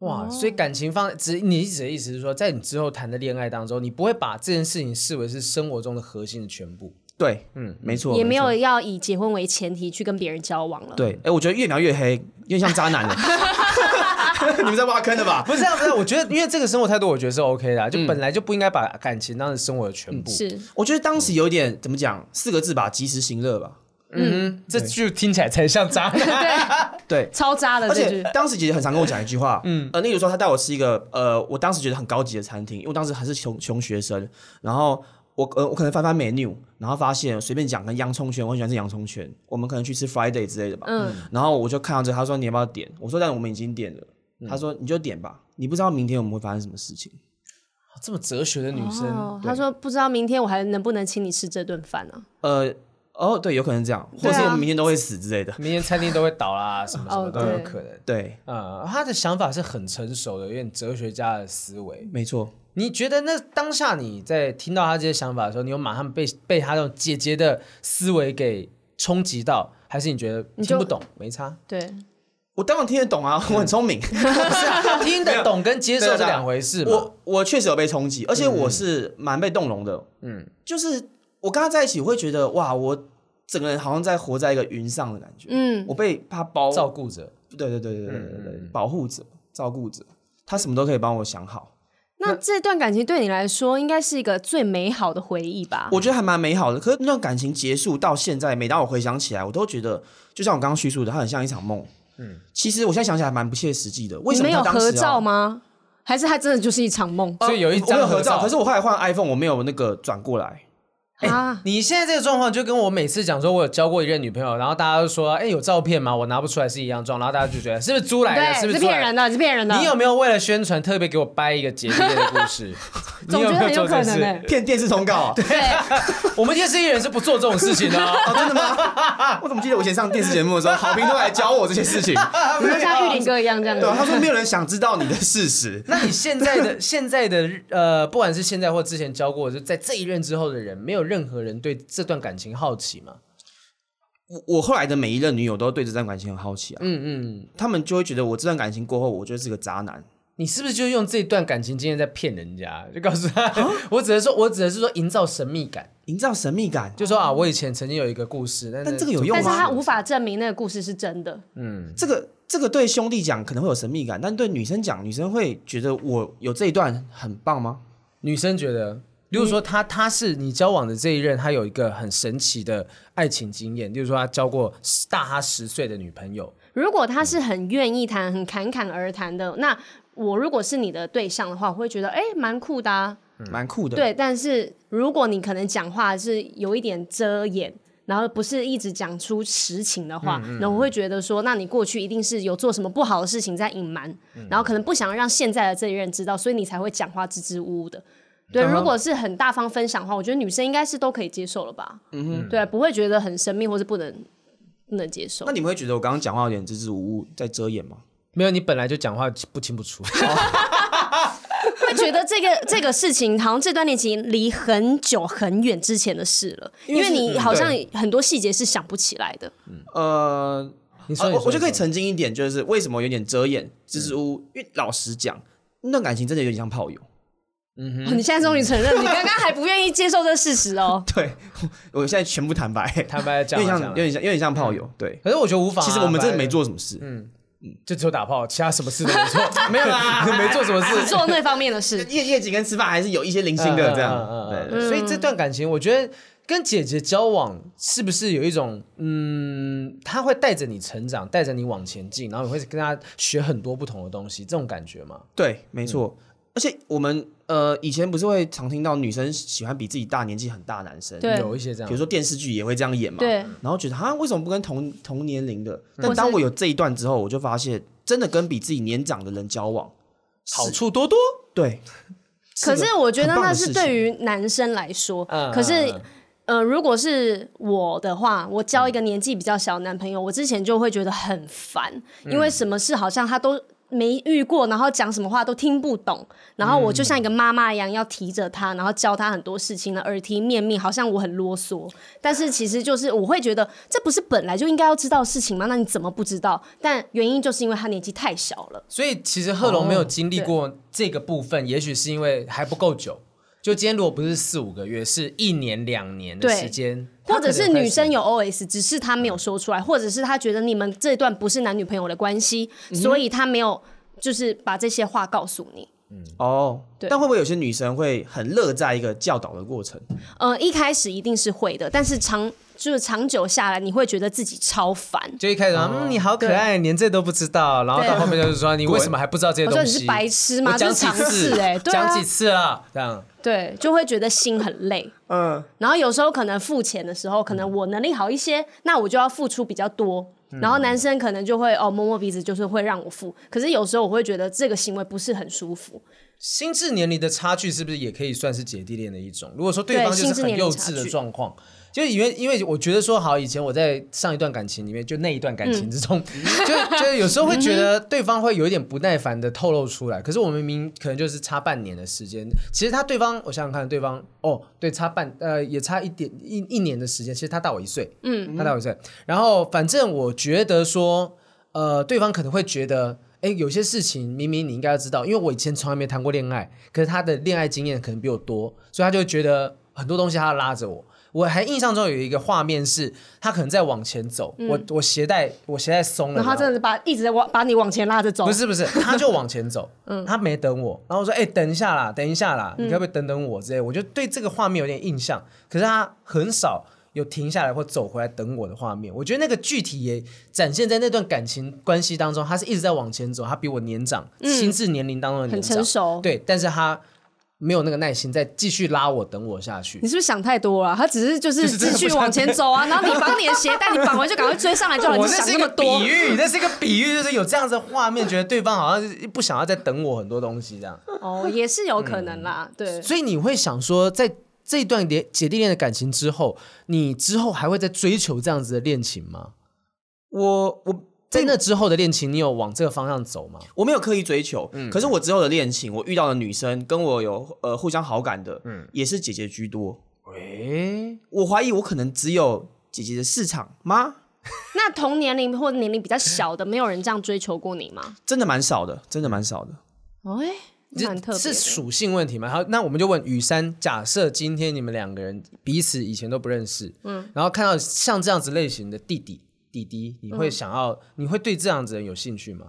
[SPEAKER 3] 哇！
[SPEAKER 1] 哦
[SPEAKER 3] 所以感情方只你指的意思是说，在你之后谈的恋爱当中，你不会把这件事情视为是生活中的核心的全部。
[SPEAKER 2] 对，嗯，没错，
[SPEAKER 1] 也没
[SPEAKER 2] 错
[SPEAKER 1] 有要以结婚为前提去跟别人交往了。
[SPEAKER 2] 对。哎，我觉得越描越黑，有点像渣男 了。 你们在挖坑的吧？
[SPEAKER 3] 不是啊，不是啊，我觉得因为这个生活态度，我觉得是 OK 的啊、
[SPEAKER 1] 嗯
[SPEAKER 3] 就本来就不应该把感情当成生活的全部。
[SPEAKER 1] 是
[SPEAKER 2] 我觉得当时有点怎么讲，四个字吧，及时行乐吧。
[SPEAKER 3] 嗯，这句听起来才像渣
[SPEAKER 1] 哦
[SPEAKER 3] 男。
[SPEAKER 2] 对，
[SPEAKER 1] 超渣的
[SPEAKER 2] 而
[SPEAKER 1] 这
[SPEAKER 2] 且
[SPEAKER 1] 句。
[SPEAKER 2] 当时姐姐很常跟我讲一句话， 嗯，呃，例如说她带我吃一个呃，我当时觉得很高级的餐厅，因为我当时还是穷穷学生，然后。我呃，我可能翻翻 menu，然后发现随便讲个洋葱圈，我很喜欢吃洋葱圈。我们可能去吃 Friday 之类的吧，
[SPEAKER 1] 嗯，
[SPEAKER 2] 然后我就看到这个，他说你要不要点？我说但我们已经点了。他说你就点吧，你不知道明天我们会发生什么事情。
[SPEAKER 3] 这么哲学的女
[SPEAKER 1] 哦
[SPEAKER 3] 生，，
[SPEAKER 1] 他说不知道明天我还能不能请你吃这顿饭啊呢？
[SPEAKER 2] 呃，哦，对，有可能这样，或
[SPEAKER 1] 对啊
[SPEAKER 2] 者是我们明天都会死之类的。
[SPEAKER 3] 明天餐厅都会倒啦，什么什么
[SPEAKER 1] 哦
[SPEAKER 3] 都有
[SPEAKER 1] 对
[SPEAKER 3] 可能。
[SPEAKER 2] 对，
[SPEAKER 3] 啊、他的想法是很成熟的，有点哲学家的思维。
[SPEAKER 2] 没错。
[SPEAKER 3] 你觉得那当下你在听到他这些想法的时候，你有马上被被他那种姐姐的思维给冲击到，还是你觉得
[SPEAKER 1] 你就
[SPEAKER 3] 听不懂没差？
[SPEAKER 1] 对，
[SPEAKER 2] 我当然听得懂啊，我很聪明。
[SPEAKER 3] 不是啊，听得懂跟接受是两回事嘛。
[SPEAKER 2] 我我确实有被冲击，而且我是蛮被动容的。嗯，就是我跟他在一起，我会觉得哇，我整个人好像在活在一个云上的感觉。
[SPEAKER 1] 嗯，
[SPEAKER 2] 我被他包，
[SPEAKER 3] 照顾着，
[SPEAKER 2] 对对对对对对对，保护者、照顾者，他什么都可以帮我想好。
[SPEAKER 1] 那这段感情对你来说，应该是一个最美好的回忆吧？
[SPEAKER 2] 我觉得还蛮美好的。可是那段感情结束到现在，每当我回想起来，我都觉得，就像我刚刚叙述的，它很像一场梦。嗯，其实我现在想起来还蛮不切实际的。为
[SPEAKER 1] 你
[SPEAKER 2] 什么
[SPEAKER 1] 们有
[SPEAKER 2] 他当时啊
[SPEAKER 1] 合
[SPEAKER 2] 要哦
[SPEAKER 1] 照？吗？还是它真的就是一场梦
[SPEAKER 3] 所以有一
[SPEAKER 2] 我有
[SPEAKER 3] 张
[SPEAKER 2] 合照，可是我后来换 iPhone，我没有那个转过来。哎
[SPEAKER 1] 啊？
[SPEAKER 3] 哎你现在这个状况就跟我每次讲说我有交过一任女朋友，然后大家都说哎、有照片吗？我拿不出来是一样状，然后大家就觉得是不是租来的？是不
[SPEAKER 1] 对，
[SPEAKER 3] 是
[SPEAKER 1] 是
[SPEAKER 3] 租来
[SPEAKER 1] 骗人的，是骗人的。
[SPEAKER 3] 你有没有为了宣传特别给我掰一个姐弟恋的故 事？你
[SPEAKER 1] 总觉
[SPEAKER 3] 没
[SPEAKER 1] 得很有
[SPEAKER 3] 做
[SPEAKER 1] 可
[SPEAKER 3] 这
[SPEAKER 1] 能
[SPEAKER 3] 事
[SPEAKER 1] 欸？
[SPEAKER 2] 骗电视通告、啊
[SPEAKER 1] 对，
[SPEAKER 3] 我们电视艺人是不做这种事情的、哦。
[SPEAKER 2] 哦，真的吗？ 我怎么记得我以前上电视节目的时候，好评都来教我这些 事情。
[SPEAKER 1] 你就像玉林哥一样这样
[SPEAKER 2] 对啊，
[SPEAKER 1] 子。
[SPEAKER 2] 他说没有人想知道你的事实。
[SPEAKER 3] 那你现在的现在的呃，不管是现在或之前教过，就在这一任之后的人，没有任何人对这段感情好奇嘛？
[SPEAKER 2] 我我后来的每一任女友都对这段感情很好奇啊，
[SPEAKER 3] 嗯嗯，
[SPEAKER 2] 他们就会觉得我这段感情过后，我就是个渣男。
[SPEAKER 3] 你是不是就用这段感情经验在骗人家？就告诉他，
[SPEAKER 1] 啊
[SPEAKER 3] 我只能说，我只能是说营造神秘感，
[SPEAKER 2] 营造神秘感，
[SPEAKER 3] 就说啊，我以前曾经有一个故事，但
[SPEAKER 2] 哦但
[SPEAKER 3] 这
[SPEAKER 2] 这个有用
[SPEAKER 1] 但是
[SPEAKER 2] 吗
[SPEAKER 1] 他无法证明那个故事是真的。
[SPEAKER 2] 这个这个对兄弟讲可能会有神秘感，但对女生讲，女生会觉得我有这一段很棒吗？
[SPEAKER 3] 女生觉得，例如说她她是你交往的这一任，她有一个很神奇的爱情经验，例如说她交过十大她十岁的女朋友，
[SPEAKER 1] 如果他是很愿意谈、很侃侃而谈的，那我如果是你的对象的话，我会觉得哎，蛮酷的、啊。
[SPEAKER 2] 蛮酷的。，
[SPEAKER 1] 对，但是如果你可能讲话是有一点遮掩，然后不是一直讲出实情的话，那、我会觉得说，那你过去一定是有做什么不好的事情在隐瞒，然后可能不想让现在的这一任知道，所以你才会讲话支支吾吾的。对，如果是很大方分享的话，我觉得女生应该是都可以接受了吧？嗯对，不会觉得很神秘或是不能不能接受
[SPEAKER 2] 那。你们会觉得我刚刚讲话有点支支吾吾在遮掩吗？
[SPEAKER 3] 没有你本来就讲话不清 不楚，
[SPEAKER 2] 哦
[SPEAKER 1] 会觉得这个这个事情，好像这段恋情离很久很远之前的事了，因为嗯你好像很多细节是想不起来的。
[SPEAKER 2] 呃，
[SPEAKER 3] 你
[SPEAKER 2] 啊
[SPEAKER 3] 说你
[SPEAKER 2] 我
[SPEAKER 3] 说
[SPEAKER 2] 我就可以
[SPEAKER 3] 你说
[SPEAKER 2] 澄清一点，就是为什么有点遮掩、支支吾吾？因为老实讲，那段感情真的有点像炮友。
[SPEAKER 1] 哦你现在终于承认，你刚刚还不愿意接受这事实哦。
[SPEAKER 2] 对，我现在全部坦白，
[SPEAKER 3] 坦白地
[SPEAKER 2] 有点像，
[SPEAKER 3] 讲啊讲嗯啊
[SPEAKER 2] 有点像，有点像炮友。对，
[SPEAKER 3] 可是我觉得无法啊、
[SPEAKER 2] 其实我们真的
[SPEAKER 3] 反正
[SPEAKER 2] 没，做什么事。
[SPEAKER 3] 就只有打炮，其他什么事都没做， 没有啦， 没做什么事，
[SPEAKER 1] 做那方面的事，
[SPEAKER 2] 夜夜景跟吃饭还是有一些零星的这样。
[SPEAKER 3] 嗯嗯嗯嗯
[SPEAKER 2] 对对
[SPEAKER 3] 所以这段感情，我觉得跟姐姐交往是不是有一种，嗯，她会带着你成长，带着你往前进，然后你会跟她学很多不同的东西，这种感觉嘛？
[SPEAKER 2] 对，没错。而且我们呃以前不是会常听到女生喜欢比自己大年纪很大的男生，
[SPEAKER 1] 对
[SPEAKER 3] 有一些这
[SPEAKER 2] 比
[SPEAKER 3] 样
[SPEAKER 2] 如。说电视剧也会这样演嘛。
[SPEAKER 1] 对
[SPEAKER 2] 然后觉得啊，为什么不跟同同年龄的？
[SPEAKER 3] 嗯
[SPEAKER 2] 但
[SPEAKER 1] 或
[SPEAKER 2] 当
[SPEAKER 1] 是
[SPEAKER 2] 我有这一段之后，我就发现，真的跟比自己年长的人交往，
[SPEAKER 3] 好处多多，
[SPEAKER 2] 对，
[SPEAKER 1] 可是我觉得那是
[SPEAKER 2] 很棒的事情
[SPEAKER 1] 对于男生来说
[SPEAKER 3] 嗯，
[SPEAKER 1] 可
[SPEAKER 3] 嗯
[SPEAKER 1] 是
[SPEAKER 3] 嗯。
[SPEAKER 1] 呃，如果是我的话，我交一个年纪比较小的男朋友，我之前就会觉得很烦，因
[SPEAKER 2] 嗯
[SPEAKER 1] 为什么事好像他都没遇过，然后讲什么话都听不懂，然后
[SPEAKER 2] 嗯
[SPEAKER 1] 我就像一个妈妈一样要提着他，然后教他很多事情的耳提面命，好像我很啰嗦，但是其实就是我会觉得这不是本来就应该要知道的事情吗？那你怎么不知道？但原因就是因为他年纪太小了。
[SPEAKER 3] 所以其实贺龙没有经历过这个部分，也许是因为还不够久。就今天如果不是四五个月，是一年两年的
[SPEAKER 1] 对
[SPEAKER 3] 时间，
[SPEAKER 1] 或者是
[SPEAKER 3] 她可能
[SPEAKER 1] 女生
[SPEAKER 3] 开始嗯
[SPEAKER 1] 有 OS，只是她没有说出来，或者是她觉得你们这段不是男女朋友的关系，
[SPEAKER 3] 嗯
[SPEAKER 1] 所以她没有就是把这些话告诉你。
[SPEAKER 2] 哦。
[SPEAKER 1] 对
[SPEAKER 2] 但会不会有些女生会很乐在一个教导的过程？
[SPEAKER 1] 呃，一开始一定是会的，但是长就是长久下来，你会觉得自己超烦。
[SPEAKER 3] 就一开始说，嗯，你好可爱，连这都不知道，然后到
[SPEAKER 1] 对
[SPEAKER 3] 后面就是说，你为什么还不知道这些
[SPEAKER 1] 我
[SPEAKER 3] 东
[SPEAKER 1] 说
[SPEAKER 3] 西？
[SPEAKER 1] 你是白痴吗
[SPEAKER 3] 我讲
[SPEAKER 1] 这是
[SPEAKER 3] 几
[SPEAKER 1] 常
[SPEAKER 3] 次
[SPEAKER 1] 识欸对啊
[SPEAKER 3] 讲几次了，这样。
[SPEAKER 1] 对，就会觉得心很累。
[SPEAKER 2] 嗯，
[SPEAKER 1] 然后有时候可能付钱的时候，可
[SPEAKER 3] 嗯
[SPEAKER 1] 能我能力好一些，那我就要付出比较多。然后男生可能就会哦摸摸鼻子，就是会让我付。可是有时候我会觉得这个行为不是很舒服。
[SPEAKER 3] 心智年龄的差距是不是也可以算是姐弟恋的一种？如果说对
[SPEAKER 1] 对
[SPEAKER 3] 方就
[SPEAKER 1] 心
[SPEAKER 3] 是
[SPEAKER 1] 智
[SPEAKER 3] 很
[SPEAKER 1] 年龄
[SPEAKER 3] 幼
[SPEAKER 1] 差
[SPEAKER 3] 稚的
[SPEAKER 1] 距
[SPEAKER 3] 状况，就因为因为我觉得说好，以前我在上一段感情里面，就那一段感
[SPEAKER 1] 嗯
[SPEAKER 3] 情之中， 就就有时候会觉得对方会有一点不耐烦的透露出来。可是我们明明可能就是差半年的时间，其实他对方，我想想看，对方哦，对，差半呃也差一点一一年的时间，其实他大我一岁，嗯，他大我一岁。然后反正我觉得说，呃，对方可能会觉得，哎，有些事情明明你应该要知道，因为我以前从来没谈过恋爱，可是他的恋爱经验可能比我多，所以他就觉得很多东西他要拉着我。我还印象中有一个画面是，他可能在往前走，我我鞋带我鞋带松了，
[SPEAKER 1] 嗯然后他真的是把一直在往把你往前拉着走。
[SPEAKER 3] 啊不是 不是，他就往前走，
[SPEAKER 1] 嗯
[SPEAKER 3] 他没等我，然后我说，哎、等一下啦，等一下啦，你可不可以等等我之类？我就对这个画面有点印象，可是他很少有停下来或走回来等我的画面。我觉得那个具体也展现在那段感情关系当中，他是一直在往前走，他比我年长，心智年龄当中的年
[SPEAKER 1] 很
[SPEAKER 3] 长，
[SPEAKER 1] 成熟
[SPEAKER 3] 对，但是他没有那个耐心再继续拉我等我下去
[SPEAKER 1] 你。是不是想太多了？他只是就是
[SPEAKER 3] 是真
[SPEAKER 1] 继
[SPEAKER 3] 的
[SPEAKER 1] 续往前走啊，然后你绑你的 鞋带，你绑完就赶快追上来就好了。
[SPEAKER 3] 我
[SPEAKER 1] 你
[SPEAKER 3] 那
[SPEAKER 1] 想
[SPEAKER 3] 是一
[SPEAKER 1] 那
[SPEAKER 3] 个
[SPEAKER 1] 么多，
[SPEAKER 3] 比喻，那是一个比喻，就是有这样子的画面，觉得对方好像是不想要再等我很多东西这样。
[SPEAKER 1] 哦，也是有可能啦。对，
[SPEAKER 3] 嗯所以你会想说，在这段连姐弟恋的感情之后，你之后还会再追求这样子的恋情吗？
[SPEAKER 2] 我我
[SPEAKER 3] 在那之后的恋情，你有往这个方向走吗？
[SPEAKER 2] 我没有刻意追求，可是我之后的恋情，我遇到的女生跟我有呃互相好感的，也是姐姐居多。
[SPEAKER 3] 喂，
[SPEAKER 2] 我怀疑我可能只有姐姐的市场吗？
[SPEAKER 1] 那同年龄或年龄比较小的，没有人这样追求过你吗？
[SPEAKER 2] 真的蛮少的，真的蛮少的。
[SPEAKER 1] 哦哎，蛮特别
[SPEAKER 3] 这是
[SPEAKER 1] 的。
[SPEAKER 3] 属性问题嘛？好，那我们就问雨山，假设今天你们两个人彼此以前都不认识，嗯，然后看到像这样子类型的弟弟弟弟，你
[SPEAKER 1] 嗯
[SPEAKER 3] 会想要，你会对这样子的人有兴趣吗？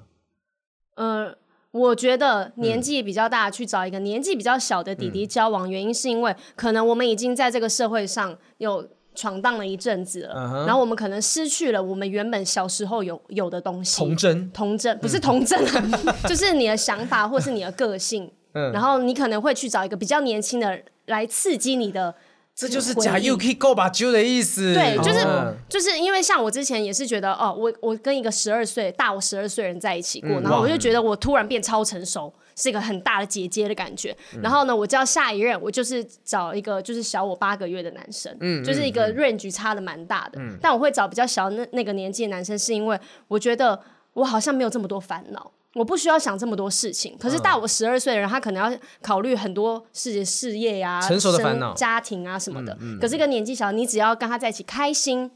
[SPEAKER 1] 呃，我觉得年纪比较大、去找一个年纪比较小的弟
[SPEAKER 3] 嗯
[SPEAKER 1] 弟交往，原因是因为可能我们已经在这个社会上有。闯荡了一阵子了
[SPEAKER 3] 嗯
[SPEAKER 1] 然后我们可能失去了我们原本小时候有有的东西，
[SPEAKER 3] 童真，
[SPEAKER 1] 童真不是童真啊， 就是你的想法或是你的个性，
[SPEAKER 3] 嗯
[SPEAKER 1] 然后你可能会去找一个比较年轻的来刺激你的。
[SPEAKER 3] 这就是
[SPEAKER 1] 回忆
[SPEAKER 3] 假 UK go 把 j 的意思。
[SPEAKER 1] 对，就是、
[SPEAKER 3] 嗯
[SPEAKER 1] 就是因为像我之前也是觉得哦，我我跟一个十二岁大我十二岁的人在一起过，
[SPEAKER 3] 嗯
[SPEAKER 1] 然后我就觉得我突然变超成熟，是一个很大的姐姐的感觉。
[SPEAKER 3] 嗯
[SPEAKER 1] 然后呢，我叫下一任，我就是找一个就是小我八个月的男生，
[SPEAKER 3] 嗯
[SPEAKER 1] 就是一个 range 差的蛮大的。但我会找比较小那那个年纪的男生，是因为我觉得我好像没有这么多烦恼。我不需要想这么多事情，可是
[SPEAKER 3] 嗯
[SPEAKER 1] 大我十二岁的人，他可能要考虑很多事事业呀、
[SPEAKER 3] 成熟的烦恼嗯
[SPEAKER 1] 生家庭啊什么的。可是跟年纪小，你只要跟他在一起开心，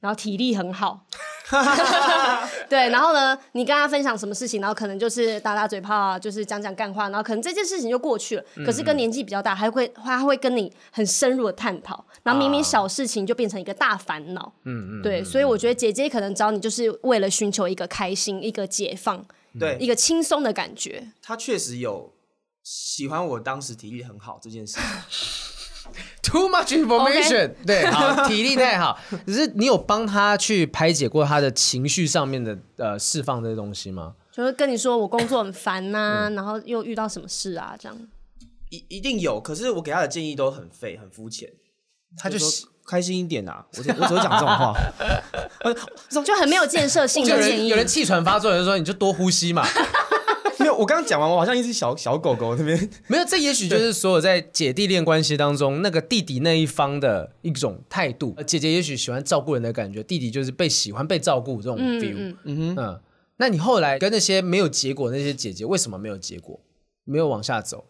[SPEAKER 1] 然后体力很 好，对，然后呢，你跟他分享什么事情，然后可能就是打打嘴炮啊，就是讲讲干话，然后可能这件事情就过去了。
[SPEAKER 3] 嗯
[SPEAKER 1] 可是跟年纪比较大，还会他会跟你很深入的探讨，然后明明
[SPEAKER 3] 啊
[SPEAKER 1] 小事情就变成一个大烦恼。嗯嗯，对，所以我觉得姐姐可能找你就是为了寻求一个开心、一个解放、
[SPEAKER 2] 对，
[SPEAKER 1] 一个轻松的感觉。
[SPEAKER 2] 他确实有喜欢我当时体力很好这件事。
[SPEAKER 3] too much information，、对， 好，体力太好。只是你有帮他去排解过他的情绪上面的呃释放这些东西吗？
[SPEAKER 1] 就是跟你说我工作很烦呐、然后又遇到什么事啊，这样。
[SPEAKER 2] 一一定有，可是我给他的建议都很废、很肤浅。
[SPEAKER 3] 他就
[SPEAKER 2] 说开心一点啊，我只我只会讲这种话。
[SPEAKER 1] 就很没有建设性
[SPEAKER 3] 就有
[SPEAKER 1] 的建
[SPEAKER 3] 人
[SPEAKER 1] 议
[SPEAKER 3] 有。人气喘发作，有人说你就多呼吸 嘛。
[SPEAKER 2] 没有，我刚刚讲完，我好像一只小小狗狗那边。
[SPEAKER 3] 没有，这也许就是所有在姐弟恋关系当中，那个弟弟那一方的一种态度。呃姐姐也许喜欢照顾人的感觉，弟弟就是被喜欢被照顾这种 feel。嗯那你后来跟那些没有结果那些姐姐，为什么没有结果？没有往下走？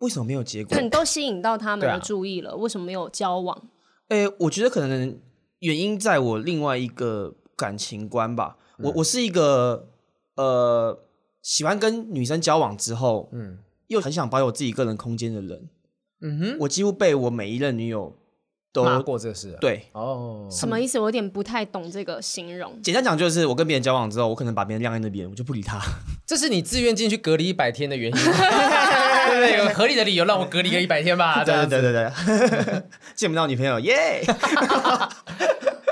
[SPEAKER 2] 为什么没有结果
[SPEAKER 1] 可？你都吸引到他们
[SPEAKER 3] 对啊
[SPEAKER 1] 的注意了，为什么没有交往？
[SPEAKER 2] 诶、我觉得可能原因在我另外一个感情观吧。我我是一个呃喜欢跟女生交往之后，嗯，又很想保有自己个人空间的人。
[SPEAKER 3] 嗯哼，
[SPEAKER 2] 我几乎被我每一任女友都
[SPEAKER 3] 骂过这事、啊。，
[SPEAKER 2] 对。
[SPEAKER 3] 哦，
[SPEAKER 1] 什么意思？我有点不太懂这个形容。
[SPEAKER 2] 简单讲就是，我跟别人交往之后，我可能把别人晾在那边，我就不理他。
[SPEAKER 3] 这是你自愿进去隔离一百天的原因吗， 对不对？有合理的理由让我隔离个一百 天吧？这样
[SPEAKER 2] 啊对
[SPEAKER 3] 子
[SPEAKER 2] 对对对对， 见不到女朋友耶。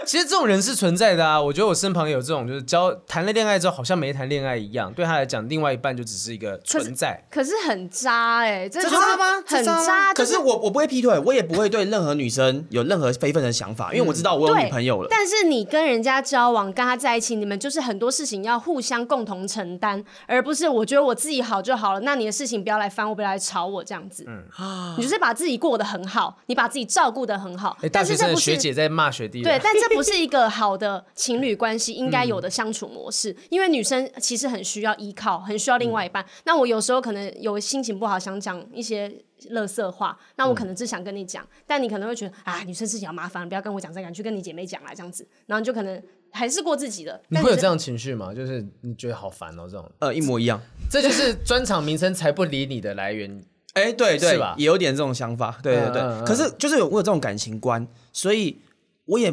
[SPEAKER 3] 其实这种人是存在的啊，我觉得我身旁有这种，就是交谈了恋爱之后，好像没谈恋爱一样，对他来讲，另外一半就只是一个存在。
[SPEAKER 1] 可是很渣哎、这就是
[SPEAKER 2] 渣吗？
[SPEAKER 1] 很
[SPEAKER 2] 这吗
[SPEAKER 1] 渣。
[SPEAKER 2] 可
[SPEAKER 1] 就是
[SPEAKER 2] 我我不会劈腿，我也不会对任何女生有任何非分的想法，因为我知道我有
[SPEAKER 1] 对
[SPEAKER 2] 女朋友了。
[SPEAKER 1] 但是你跟人家交往，跟他在一起，你们就是很多事情要互相共同承担，而不是我觉得我自己好就好了，那你的事情不要来烦我，不要来吵我这样子。
[SPEAKER 3] 嗯
[SPEAKER 2] 啊
[SPEAKER 1] 你就是把自己过得很好，你把自己照顾得很好
[SPEAKER 3] 哎，，大
[SPEAKER 1] 但
[SPEAKER 3] 学
[SPEAKER 1] 是
[SPEAKER 3] 生
[SPEAKER 1] 这
[SPEAKER 3] 的
[SPEAKER 1] 不是
[SPEAKER 3] 学姐在骂学弟 了，
[SPEAKER 1] 对，但这不是一个好的情侣关系应该有的相处模式，因为女生其实很需要依靠，很需要另外一半。那我有时候可能有心情不好，想讲一些乐色话，那我可能只想跟你讲，但你可能会觉得啊，女生自己好麻烦，不要跟我讲这个，你去跟你姐妹讲啦，这样子，然后你就可能还是过自己的。
[SPEAKER 3] 你
[SPEAKER 1] 但
[SPEAKER 3] 会有
[SPEAKER 1] 是
[SPEAKER 3] 这样情绪吗？就是你觉得好烦哦，这种，
[SPEAKER 2] 呃，一模一样。
[SPEAKER 3] 这就是专场名称才不理你的 来源。
[SPEAKER 2] 哎、对对
[SPEAKER 3] 是吧，
[SPEAKER 2] 也有点这种想法。对对对，
[SPEAKER 3] 嗯嗯嗯
[SPEAKER 2] 可是就是有我有这种感情观，所以我也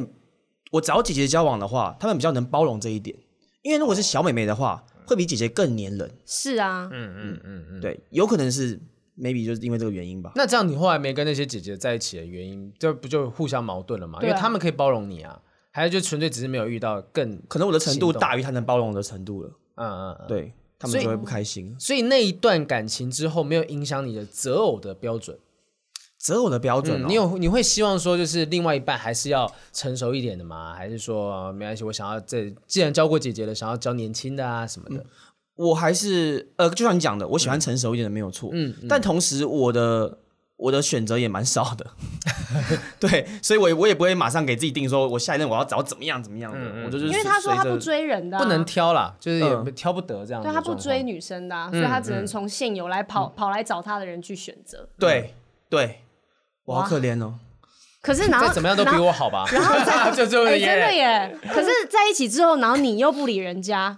[SPEAKER 2] 我找姐姐交往的话，她们比较能包容这一点。因为如果是小妹妹的话，
[SPEAKER 3] 嗯
[SPEAKER 2] 会比姐姐更黏人。
[SPEAKER 1] 是啊，
[SPEAKER 2] 嗯对，有可能是 maybe 就是因为这个原因吧。
[SPEAKER 3] 那这样你后来没跟那些姐姐在一起的原因，这不就互相矛盾了吗？因
[SPEAKER 1] 对啊
[SPEAKER 3] 为他们可以包容你啊，还是就纯粹只是没有遇到更，
[SPEAKER 2] 可能我的程度大于她能包容我的程度了，
[SPEAKER 3] 嗯嗯嗯。
[SPEAKER 2] 对她们就会不开心。
[SPEAKER 3] 所以那一段感情之后，没有影响你的择偶的标准。
[SPEAKER 2] 择偶的标准、哦
[SPEAKER 3] 嗯，你有你会希望说，就是另外一半还是要成熟一点的吗？还是说、呃没关系，我想要这既然教过姐姐了，想要教年轻的啊什么的？
[SPEAKER 2] 我还是呃，就像你讲的，我喜欢成熟一点的没有错，嗯，但同时我的我的选择也蛮少 的，对，所以我也我也不会马上给自己定说，我下一任我要找怎么样怎么样的，
[SPEAKER 3] 嗯
[SPEAKER 2] 我就是
[SPEAKER 1] 因为他说
[SPEAKER 2] 随
[SPEAKER 1] 他
[SPEAKER 2] 着
[SPEAKER 1] 不追人的、啊
[SPEAKER 3] 不能。挑啦，就是也
[SPEAKER 2] 嗯
[SPEAKER 3] 挑不得这样、
[SPEAKER 1] 对他不追，女生的、啊，所以他只
[SPEAKER 3] 嗯
[SPEAKER 1] 能从现有来跑、
[SPEAKER 2] 嗯
[SPEAKER 1] 跑来找他的人去选择。
[SPEAKER 3] 嗯
[SPEAKER 2] 对对，我好可怜哦，
[SPEAKER 1] 可是然后
[SPEAKER 3] 再怎么样都比
[SPEAKER 1] 然后
[SPEAKER 3] 我好吧？然后 就这么
[SPEAKER 1] 哎、
[SPEAKER 3] 耶
[SPEAKER 1] 真的耶！可是在一起之后，然后你又不理人家，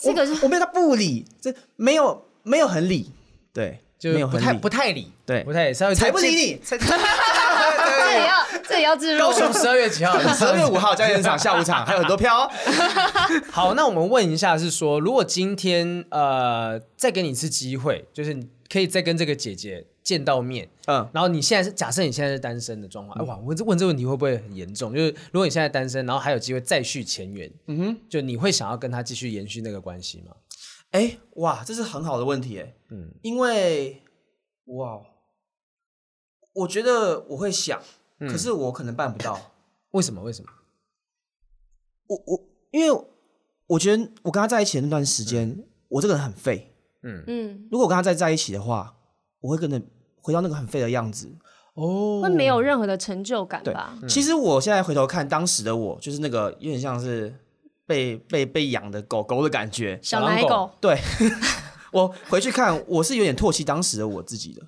[SPEAKER 1] 这个是
[SPEAKER 2] 我我没有他不理，这没有没有很理，对，
[SPEAKER 3] 就
[SPEAKER 2] 没有
[SPEAKER 3] 不
[SPEAKER 2] 很
[SPEAKER 3] 太
[SPEAKER 2] 理，
[SPEAKER 3] 不太理，
[SPEAKER 2] 对
[SPEAKER 3] 不太理，稍微
[SPEAKER 2] 才不理你。
[SPEAKER 1] 这也要这也要自入
[SPEAKER 3] 高雄十二月 几号？
[SPEAKER 2] 十二月五号，加演场下午场还有很多票 哦。
[SPEAKER 3] 好，那我们问一下，是说如果今天呃再给你一次机会，就是你可以再跟这个姐姐见到面，
[SPEAKER 2] 嗯，
[SPEAKER 3] 然后你现在是假设你现在是单身的状
[SPEAKER 1] 嗯
[SPEAKER 3] 况，哎哇，问这问这问题会不会很严重？就是如果你现在单身，然后还有机会再续前缘，嗯哼，就你会想要跟她继续延续那个关系吗？
[SPEAKER 2] 哎，哇，这是很好的问题哎。嗯，因为哇，我觉得我会想，可是我可能办不到。
[SPEAKER 3] 为什么？为什么？
[SPEAKER 2] 我我因为我觉得我跟他在一起的那段时间，我这个人很废。
[SPEAKER 1] 嗯，
[SPEAKER 2] 如果我跟他再在一起的话，我会跟着回到那个很废的样子。
[SPEAKER 3] 哦
[SPEAKER 1] 会没有任何的成就感
[SPEAKER 2] 对
[SPEAKER 1] 吧？，
[SPEAKER 2] 其实我现在回头看当时的我，就是那个有点像是被被被养的狗狗的感觉。
[SPEAKER 1] 小
[SPEAKER 3] 小狼
[SPEAKER 1] 奶狗
[SPEAKER 3] 狗，
[SPEAKER 2] 对， 我回去看，我是有点唾弃当时的我自己的，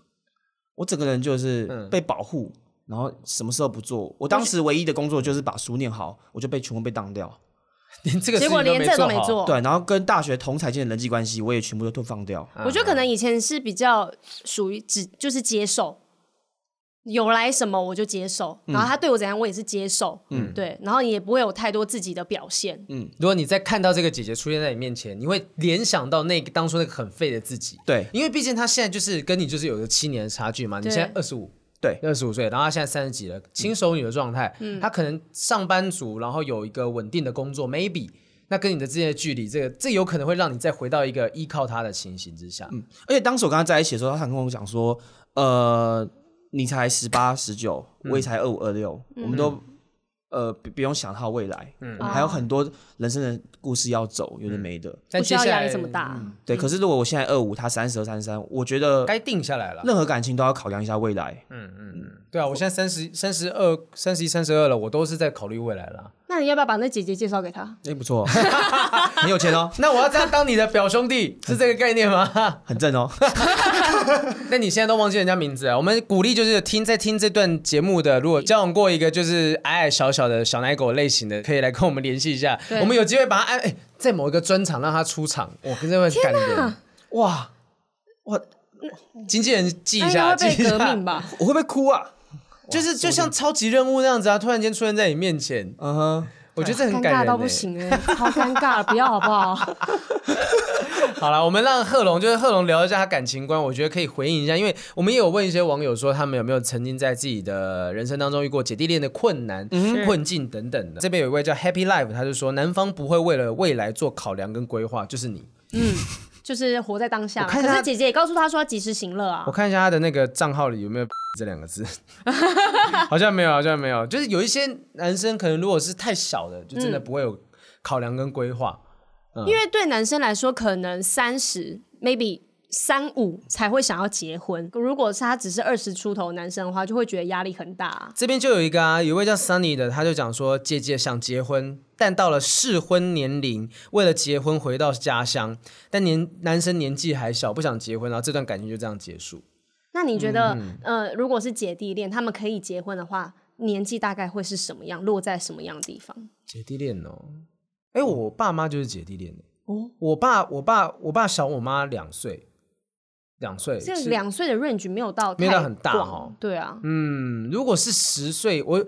[SPEAKER 2] 我整个人就是被保护，然后什么事都不做。我当时唯一的工作就是把书念好，我就被全部被当掉。
[SPEAKER 3] 连这个
[SPEAKER 1] 结果
[SPEAKER 3] 事情
[SPEAKER 1] 连这
[SPEAKER 3] 都
[SPEAKER 1] 都没
[SPEAKER 3] 好，
[SPEAKER 1] 做。
[SPEAKER 2] 对，然后跟大学同才间的人际关系，我也全部都放掉。
[SPEAKER 1] 我觉得可能以前是比较属于只就是接受，有来什么我就接受，
[SPEAKER 3] 嗯
[SPEAKER 1] 然后他对我怎样我也是接受，嗯，对，然后你也不会有太多自己的表现，
[SPEAKER 3] 如果你在看到这个姐姐出现在你面前，你会联想到那个当初那个很废的自己。
[SPEAKER 2] 对
[SPEAKER 3] 因为毕竟她现在就是跟你就是有着七年的差距嘛，你
[SPEAKER 1] 对
[SPEAKER 3] 现在二十五。
[SPEAKER 2] 对
[SPEAKER 3] 二十五岁，然后她现在三十几了，轻熟女的状态，
[SPEAKER 1] 嗯
[SPEAKER 3] 她可能上班族，然后有一个稳定的工作，maybe，那跟你的之间的距离，这个这有可能会让你再回到一个依靠她的情形之下。
[SPEAKER 2] 而且当时我跟他在一起的时候，他常跟我讲说，呃，你才十八十九，我也才二五二六，我们都呃不不用想他未来，我们还有很多人生的故事要走，有的没的。
[SPEAKER 3] 但
[SPEAKER 1] 不需
[SPEAKER 3] 接
[SPEAKER 1] 要
[SPEAKER 3] 下
[SPEAKER 1] 压
[SPEAKER 3] 来嗯
[SPEAKER 1] 力这么，大，
[SPEAKER 2] 对，可是如果我现在二五，他三十二、三十三，我觉得
[SPEAKER 3] 该定下来了。
[SPEAKER 2] 任何感情都要考量一下未来。
[SPEAKER 3] 对啊，我现在三十三十二、三十一、三十二了，我都是在考虑未来了。
[SPEAKER 1] 那你要不要把那姐姐介绍给他？
[SPEAKER 2] 哎，不错， 很有钱哦，
[SPEAKER 3] 那我要这样当你的表兄弟，是这个概念吗？
[SPEAKER 2] 很正 哦。
[SPEAKER 3] 那你现在都忘记人家名字了。我们鼓励就是听在听这段节目的，如果交往过一个就是矮矮小小的小奶狗类型的，可以来跟我们联系一下。
[SPEAKER 1] 对
[SPEAKER 3] 我们有机会把他安、哎，在某一个专场让他出场，我跟这位感人哇哇！经纪人记
[SPEAKER 1] 哎他
[SPEAKER 3] 一
[SPEAKER 1] 应该
[SPEAKER 3] 下，
[SPEAKER 1] 会
[SPEAKER 3] 记一
[SPEAKER 1] 被革
[SPEAKER 3] 下
[SPEAKER 1] 命，吧？
[SPEAKER 2] 我会不会哭啊？
[SPEAKER 3] 就是就像超级任务那样子啊，突然间出现在你面前，
[SPEAKER 2] 嗯哼，
[SPEAKER 3] 我觉得这
[SPEAKER 1] 尴
[SPEAKER 3] 很感人、
[SPEAKER 1] 尬
[SPEAKER 3] 欸。
[SPEAKER 1] 到不行哎、超尴尬了，不要好不好？
[SPEAKER 3] 好了，我们让贺龙，就是贺龙聊一下他感情观，我觉得可以回应一下，因为我们也有问一些网友说，他们有没有曾经在自己的人生当中遇过姐弟恋的困难、困境等等的。这边有一位叫 Happy Life，他就说，男方不会为了未来做考量跟规划，就是你。
[SPEAKER 1] 就是活在当下。
[SPEAKER 3] 我
[SPEAKER 1] 可
[SPEAKER 3] 看一下
[SPEAKER 1] 是姐姐也告诉他说要及时行乐啊
[SPEAKER 3] 我。看一下他的那个账号里有没 有这两个字，好像没有，好像没有。就是有一些男生可能如果是太小的，就真的不会有考量跟规划。
[SPEAKER 1] 因为对男生来说，可能三十 maybe 三五才会想要结婚。如果是他只是二十出头的男生的话，就会觉得压力很大、啊。
[SPEAKER 3] 这边就有一个啊，有一位叫 Sunny 的，他就讲说，姐姐想结婚，但到了适婚年龄，为了结婚回到家乡，但年男生年纪还小，不想结婚，然后这段感情就这样结束。
[SPEAKER 1] 那你觉得，
[SPEAKER 3] 嗯
[SPEAKER 1] 呃，如果是姐弟恋，他们可以结婚的话，年纪大概会是什么样，落在什么样的地方？
[SPEAKER 3] 姐弟恋哦，哎，我爸妈就是姐弟恋的。哦，我爸，我爸，我爸小我妈两岁，两岁，
[SPEAKER 1] 这
[SPEAKER 3] 是
[SPEAKER 1] 两岁的 range 没有到
[SPEAKER 3] 没有到
[SPEAKER 1] 太
[SPEAKER 3] 很大
[SPEAKER 1] 广
[SPEAKER 3] 哦
[SPEAKER 1] 对啊，
[SPEAKER 3] 嗯，如果是十岁，我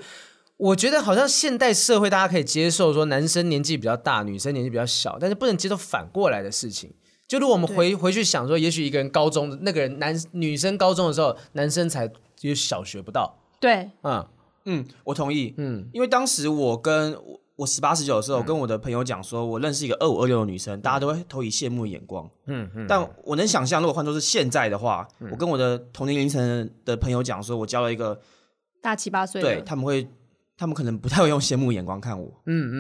[SPEAKER 3] 我觉得好像现代社会大家可以接受说男生年纪比较大，女生年纪比较小，但是不能接受反过来的事情。就如果我们回回去想说，也许一个人高中那个人男女生高中的时候，男生才就小学不到，
[SPEAKER 1] 对，
[SPEAKER 3] 嗯，
[SPEAKER 2] 嗯，我同意。嗯，因为当时我跟我我十八十九的时候，我跟我的朋友讲说，我认识一个二五二六的女生，大家都会投以羡慕的眼光。嗯嗯。但我能想象，如果换作是现在的话，我跟我的同年龄层的朋友讲说，我交了一个，
[SPEAKER 1] 大七八岁
[SPEAKER 2] 对啊
[SPEAKER 1] 了。
[SPEAKER 2] 他们会，他们可能不太会用羡慕眼光看我。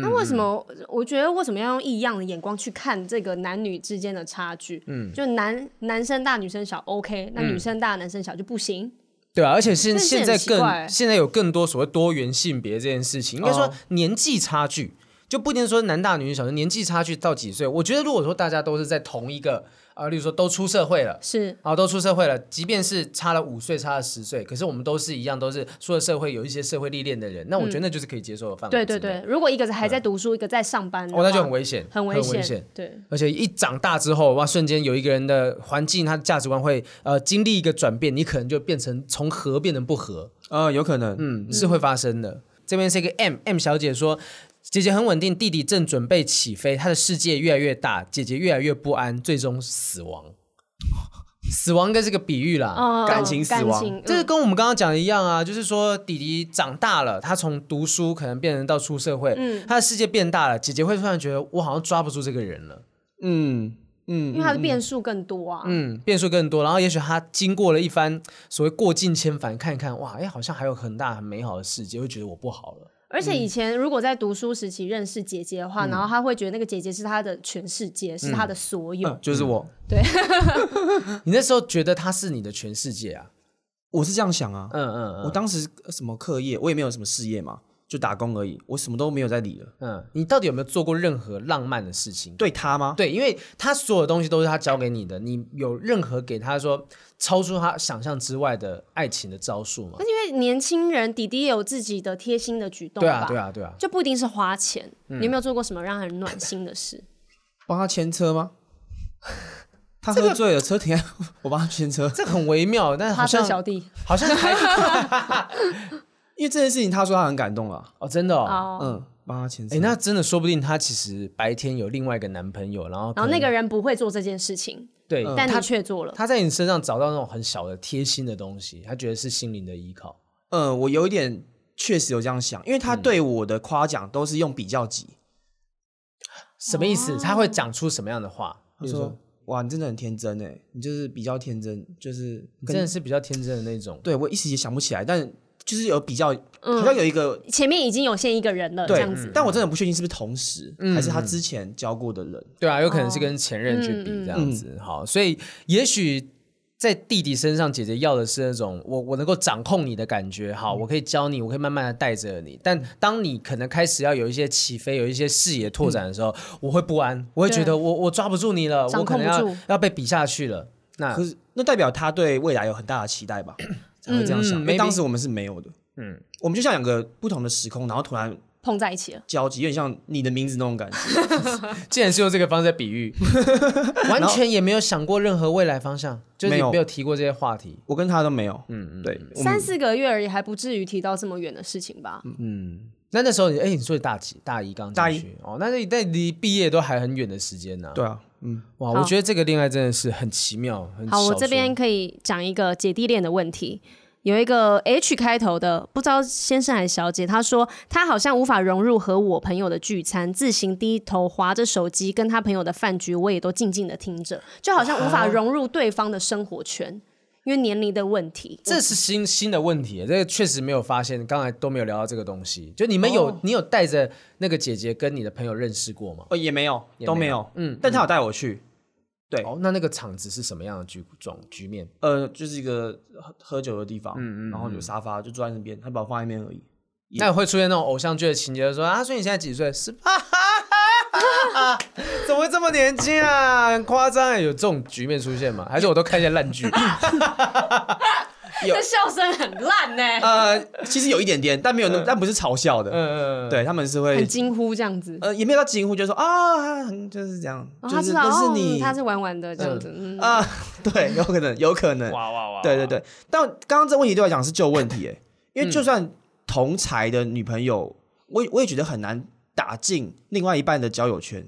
[SPEAKER 1] 那为什么？我觉得为什么要用异样的眼光去看这个男女之间的差距？嗯，就男男生大女生小 OK，那女生大男生小就不行。
[SPEAKER 3] 对啊，而且
[SPEAKER 1] 真
[SPEAKER 3] 现
[SPEAKER 1] 的是
[SPEAKER 3] 现
[SPEAKER 1] 很
[SPEAKER 3] 在
[SPEAKER 1] 奇怪
[SPEAKER 3] 更现在有更多所谓多元性别这件事情，应该说
[SPEAKER 2] 哦
[SPEAKER 3] 年纪差距。就不一定说男大女小，年纪差距到几岁。我觉得如果说大家都是在同一个啊、呃例如说都出社会了。
[SPEAKER 1] 是
[SPEAKER 3] 啊，都出社会了，即便是差了五岁、差了十岁，可是我们都是一样，都是出了社会，有一些社会历练的人，那我觉得那就是可以接哦受的范围、
[SPEAKER 1] 嗯对对对，，如果一个还在读书，一个在上班的话，
[SPEAKER 3] 哦，那就很危险，
[SPEAKER 1] 很危
[SPEAKER 3] 危
[SPEAKER 1] 险，对，
[SPEAKER 3] 而且一长大之后，哇，瞬间有一个人的环境，他的价值观会呃经历一个转变，你可能就变成从和变成不和，
[SPEAKER 2] 呃，有可能，
[SPEAKER 3] 嗯，是会发生的。这边是一个 M M 小姐说。姐姐很稳定，弟弟正准备起飞，他的世界越来越大，姐姐越来越不安，最终死亡。死亡应该是个比喻啦，
[SPEAKER 1] 嗯
[SPEAKER 2] 感情死亡
[SPEAKER 1] 感情
[SPEAKER 3] 这个跟我们刚刚讲的一样啊，就是说弟弟长大了，他从读书可能变成到出社会，他的世界变大了，姐姐会突然觉得我好像抓不住这个人了，
[SPEAKER 2] 嗯
[SPEAKER 1] 嗯因
[SPEAKER 2] 嗯，
[SPEAKER 1] 为它的变数更多啊，
[SPEAKER 3] 嗯，变数更多，然后也许他经过了一番所谓过尽千帆，看一看哇，哎，好像还有很大很美好的世界，会觉得我不好了，
[SPEAKER 1] 而且以前如果在读书时期认识姐姐的话，然后他会觉得那个姐姐是他的全世界，是他的所有。
[SPEAKER 2] 嗯就是我，
[SPEAKER 3] 你那时候觉得他是你的全世界啊，
[SPEAKER 2] 我是这样想啊。
[SPEAKER 3] 嗯嗯
[SPEAKER 2] 我
[SPEAKER 3] 嗯
[SPEAKER 2] 当时呃什么课业，我也没有什么事业嘛，就打工而已，我什么都没有在理了。
[SPEAKER 3] 嗯，你到底有没有做过任何浪漫的事情？
[SPEAKER 2] 对他吗？
[SPEAKER 3] 对，因为他所有的东西都是他教给你的，你有任何给他说超出他想象之外的爱情的招数吗？
[SPEAKER 1] 因为年轻人弟弟也有自己的贴心的举动
[SPEAKER 3] 对
[SPEAKER 1] 吧，
[SPEAKER 3] 啊，对啊，对啊，
[SPEAKER 1] 就不一定是花钱。你有没有做过什么让人暖心的事？
[SPEAKER 2] 帮他牵车吗？ 他喝醉了，车停在我帮他牵车，
[SPEAKER 3] 这很微妙，但是好
[SPEAKER 1] 花车
[SPEAKER 3] 像
[SPEAKER 1] 小弟
[SPEAKER 3] 好像 还
[SPEAKER 2] 因为这件事情他说他很感动了，
[SPEAKER 3] 哦，真的哦。
[SPEAKER 1] 哦，
[SPEAKER 2] 嗯，帮他牵车。
[SPEAKER 3] 哎，那真的说不定她其实白天有另外一个男朋友，然后可
[SPEAKER 1] 然后那
[SPEAKER 3] 能
[SPEAKER 1] 个人不会做这件事情，
[SPEAKER 3] 对，
[SPEAKER 1] 但
[SPEAKER 3] 嗯他
[SPEAKER 1] 你却做了。
[SPEAKER 3] 他在你身上找到那种很小的贴心的东西，他觉得是心灵的依靠。
[SPEAKER 2] 嗯，我有一点确实有这样想，因为
[SPEAKER 3] 嗯
[SPEAKER 2] 他对我的夸奖都是用比较级，
[SPEAKER 3] 什么意思？他
[SPEAKER 1] 哦
[SPEAKER 3] 会讲出什么样的话？
[SPEAKER 2] 他
[SPEAKER 3] 比如
[SPEAKER 2] 说：“哇，你真的很天真哎，你就是比较天真，就是
[SPEAKER 3] 你真
[SPEAKER 2] 跟
[SPEAKER 3] 的是比较天真的那种。
[SPEAKER 2] 对我一时也想不起来，但就是有比较，好像有一个
[SPEAKER 1] 前面已经有先一个人嗯了，这
[SPEAKER 2] 对
[SPEAKER 1] 样子，，
[SPEAKER 2] 但我真的不确定是不是同时，
[SPEAKER 3] 嗯
[SPEAKER 2] 还是他之前教过的人。
[SPEAKER 3] 对啊，有可
[SPEAKER 1] 哦
[SPEAKER 3] 能是跟前任去比
[SPEAKER 1] 嗯
[SPEAKER 3] 这样子。好，所以也许在弟弟身上，姐姐要的是那种我我能够掌控你的感觉。好，我可以教你，我可以慢慢的带着你。但当你可能开始要有一些起飞，有一些视野拓展的时候，我会不安，我会觉得我我抓不住你了，
[SPEAKER 1] 掌
[SPEAKER 3] 我可
[SPEAKER 1] 控
[SPEAKER 3] 能
[SPEAKER 1] 不
[SPEAKER 3] 要
[SPEAKER 1] 住
[SPEAKER 3] 要被比下去了。那
[SPEAKER 2] 可是那代表他对未来有很大的期待吧？才会这样想。
[SPEAKER 3] 嗯
[SPEAKER 2] 因为
[SPEAKER 3] maybe
[SPEAKER 2] 当时我们是没有的，嗯，我们就像两个不同的时空，然后突然
[SPEAKER 1] 碰在一起了。
[SPEAKER 2] 交集，有点像你的名字那种感觉。
[SPEAKER 3] 既然是用这个方式在比喻， 完全也没有想过任何未来方向，就是
[SPEAKER 2] 没
[SPEAKER 3] 你
[SPEAKER 2] 有
[SPEAKER 3] 没有提过这些话题。
[SPEAKER 2] 我跟他都没有，嗯嗯，对，我们
[SPEAKER 1] 三四个月而已，还不至于提到这么远的事情吧？
[SPEAKER 3] 那那时候你，哎、你说你大几？大一刚
[SPEAKER 2] 大
[SPEAKER 3] 进
[SPEAKER 2] 一
[SPEAKER 3] 去哦，那你在离毕业都还很远的时间呢、
[SPEAKER 2] 对啊，嗯，
[SPEAKER 3] 哇，
[SPEAKER 1] 好
[SPEAKER 3] 我觉得这个恋爱真的是很奇妙，很
[SPEAKER 1] 好，
[SPEAKER 3] 少
[SPEAKER 1] 我
[SPEAKER 3] 数
[SPEAKER 1] 这边可以讲一个姐弟恋的问题。有一个 H 开头的，不知道先生还是小姐，她说她好像无法融入和我朋友的聚餐，自行低头划着手机，跟她朋友的饭局，我也都静静的听着，就好像无
[SPEAKER 2] 啊
[SPEAKER 1] 法融入对方的生活圈，因为年龄的问题。
[SPEAKER 3] 这是新新的问题，这个确实没有发现，刚才都没有聊到这个东西。就你们有、
[SPEAKER 1] 哦
[SPEAKER 3] 你有带着那个姐姐跟你的朋友认识过吗？
[SPEAKER 2] 哦也没有，
[SPEAKER 3] 也
[SPEAKER 2] 都
[SPEAKER 3] 没
[SPEAKER 2] 没
[SPEAKER 3] 有
[SPEAKER 2] 有，嗯，但他有带我去，对，
[SPEAKER 3] 哦，那那个场子是什么样的局状局面？
[SPEAKER 2] 呃，就是一个喝喝酒的地方，嗯嗯，然后有沙发，就坐在那边，他把我放在那边而已。
[SPEAKER 3] 那会出现那种偶像剧的情节，说啊，所以你现在几岁？十八， 怎么会这么年轻啊？很夸张欸，有这种局面出现吗？还是我都看一些 烂剧？
[SPEAKER 1] 这笑声很烂呢、
[SPEAKER 2] 呃，其实有一点点，但没有那，但不是嘲笑的，
[SPEAKER 3] 嗯，
[SPEAKER 2] 对他们是会
[SPEAKER 1] 很惊呼这样子。
[SPEAKER 2] 呃，也没有到惊呼，就是说啊，就是这样，
[SPEAKER 1] 哦，
[SPEAKER 2] 就
[SPEAKER 1] 他
[SPEAKER 2] 是
[SPEAKER 1] 知道
[SPEAKER 2] 但是
[SPEAKER 1] 哦，
[SPEAKER 2] 你
[SPEAKER 1] 他是玩玩的这样子，嗯，
[SPEAKER 2] 啊、 对，有可能，有可能，
[SPEAKER 3] 哇哇哇！
[SPEAKER 2] 对对对。但刚刚这问题对我来讲是旧问题、欸，因为就算同才的女朋友，我也我也觉得很难打进另外一半的交友圈。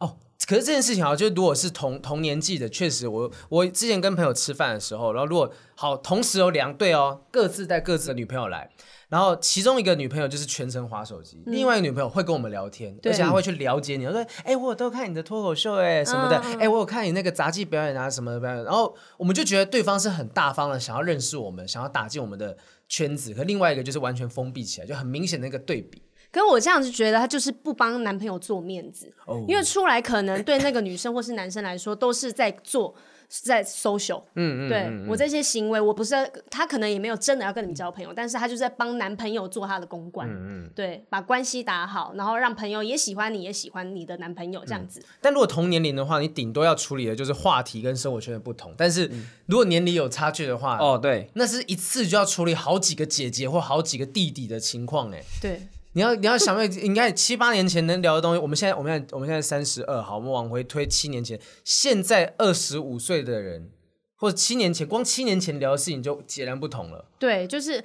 [SPEAKER 3] 哦，可是这件事情啊，就如果是同同年纪的，确实我我之前跟朋友吃饭的时候，然后如果好同时有两对哦，各自带各自的女朋友来，然后其中一个女朋友就是全程划手机，另外一个女朋友会跟我们聊天，而
[SPEAKER 1] 对
[SPEAKER 3] 且她会去了解你，她说哎、我有都看你的脱口秀哎、什么的，哎、我有看你那个杂技表演啊什么的表演，然后我们就觉得对方是很大方的，想要认识我们，想要打进我们的圈子，可另外一个就是完全封闭起来，就很明显的一个对比。
[SPEAKER 1] 可是我这样就觉得她就是不帮男哦朋友做面子，因为出来可能对那个女生或是男生来说都是在做是在 social，嗯嗯，对我这些行为，我不是他可能也没有真的要跟你们交朋友，但是他就是在帮男朋友做他的公关，嗯对，把关系打好，然后让朋友也喜欢你，也喜欢你的男朋友这样子。
[SPEAKER 3] 但如果同年龄的话，你顶多要处理的就是话题跟生活圈的不同。但是如果年龄有差距的话，
[SPEAKER 2] 哦，对，
[SPEAKER 3] 那是一次就要处理好几个姐姐或好几个弟弟的情况哎、
[SPEAKER 1] 对，
[SPEAKER 3] 你要你要想，应该七八年前能聊的东西，我们现在我们现在我们现在三十二，好，我们往回推七年前，现在二十五岁的人，或者七年前，光七年前聊的事情就截然不同了。
[SPEAKER 1] 对，就是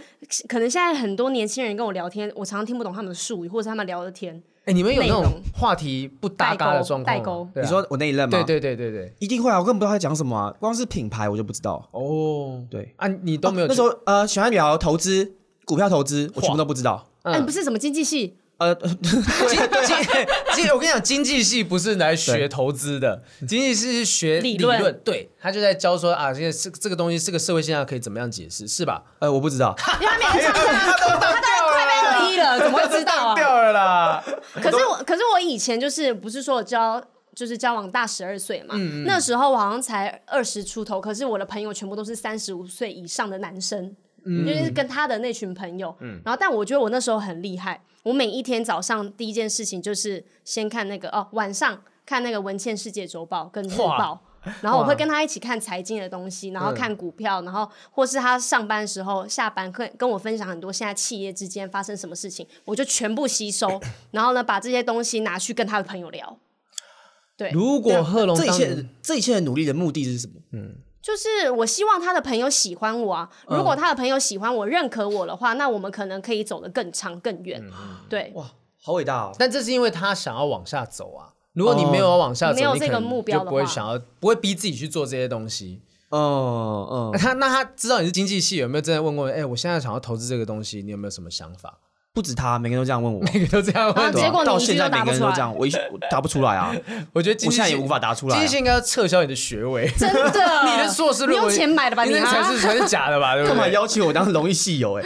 [SPEAKER 1] 可能现在很多年轻人跟我聊天，我常常听不懂他们的术语，或者他们聊的天
[SPEAKER 3] 哎，你们有那
[SPEAKER 1] 内
[SPEAKER 3] 种
[SPEAKER 1] 容
[SPEAKER 3] 话题不搭嘎的状况
[SPEAKER 1] 代沟
[SPEAKER 3] 吗？对啊
[SPEAKER 2] 你说我那一任吗？
[SPEAKER 3] 对对对对对，
[SPEAKER 2] 一定会啊，我根本不知道他讲什么啊，光是品牌我就不知道。
[SPEAKER 3] 哦，
[SPEAKER 2] 对
[SPEAKER 3] 啊，你都没有
[SPEAKER 2] 那时候呃，喜欢聊投资、股票投资，我全部都不知道。
[SPEAKER 1] 哎、
[SPEAKER 3] 嗯
[SPEAKER 1] 你不是什么经济系，
[SPEAKER 2] 呃，对
[SPEAKER 3] 经经经，我跟你讲，经济系不是来学投资的，经济系是学
[SPEAKER 1] 理论
[SPEAKER 3] 论，对他就在教说啊，这个这这个东西是个社会现象，可以怎么样解释，是吧？
[SPEAKER 2] 呃，我不知道，
[SPEAKER 1] 因为他每天上课，他都快被合一了，怎么会知道啊？
[SPEAKER 3] 掉了啦，
[SPEAKER 1] 可是我，可是我以前就是不是说我交就是交往大十二岁嘛，那时候我好像才二十出头，可是我的朋友全部都是三十五岁以上的男生，
[SPEAKER 3] 嗯
[SPEAKER 1] 就是跟他的那群朋友。然后，但我觉得我那时候很厉害，我每一天早上第一件事情就是先看那个哦，晚上看那个《文茜世界周报》跟《日
[SPEAKER 3] 哇
[SPEAKER 1] 报》。然后我
[SPEAKER 3] 哇嗯
[SPEAKER 1] 会跟他一起看财经的东西，然后看股票，然后或是他上班的时候、下班会跟我分享很多现在企业之间发生什么事情，我就全部吸收，然后呢把这些东西拿去跟他的朋友聊。对，
[SPEAKER 3] 如果贺龙
[SPEAKER 2] 这一
[SPEAKER 3] 当
[SPEAKER 2] 切
[SPEAKER 3] 年
[SPEAKER 2] 这一切的努力的目的是什么？
[SPEAKER 1] 就是我希望他的朋友喜欢我啊。
[SPEAKER 3] 嗯
[SPEAKER 1] 如果他的朋友喜欢我、认可我的话，那我们可能可以走得更长更
[SPEAKER 3] 嗯
[SPEAKER 1] 远。对，
[SPEAKER 2] 哇，好伟 大哦！
[SPEAKER 3] 但这是因为他想要往下走啊。如果你没有要往下走，
[SPEAKER 1] 没有
[SPEAKER 3] 你
[SPEAKER 1] 这个
[SPEAKER 3] 可能
[SPEAKER 1] 目标的
[SPEAKER 3] 就
[SPEAKER 1] 话
[SPEAKER 3] 不会想要，不会逼自己去做这些东西。
[SPEAKER 2] 嗯嗯，
[SPEAKER 3] 那他那他知道你是经济系，有没有真的问过？哎、我现在想要投资这个东西，你有没有什么想法？
[SPEAKER 2] 不止他，每个人都这样问我。
[SPEAKER 3] 每个都这样问
[SPEAKER 1] 啊，
[SPEAKER 2] 对啊
[SPEAKER 1] 结果你
[SPEAKER 2] 到
[SPEAKER 1] 一句
[SPEAKER 2] 现在
[SPEAKER 1] 都答
[SPEAKER 2] 每个
[SPEAKER 1] 不
[SPEAKER 2] 人
[SPEAKER 1] 出
[SPEAKER 2] 都
[SPEAKER 1] 来
[SPEAKER 2] 这样，我一我答不出来啊，
[SPEAKER 3] 我觉得经
[SPEAKER 2] 我
[SPEAKER 3] 济
[SPEAKER 2] 现在
[SPEAKER 3] 系
[SPEAKER 2] 也无法答出来啊
[SPEAKER 3] 经济系应该要撤销你的学位。
[SPEAKER 1] 真的，
[SPEAKER 3] 你的硕士论文
[SPEAKER 1] 你用钱买的吧？
[SPEAKER 3] 你
[SPEAKER 1] 你
[SPEAKER 3] 那
[SPEAKER 1] 啊
[SPEAKER 3] 才是才是假的吧？对不
[SPEAKER 2] 干嘛
[SPEAKER 3] 对？
[SPEAKER 2] 要求我当荣誉系友？哎，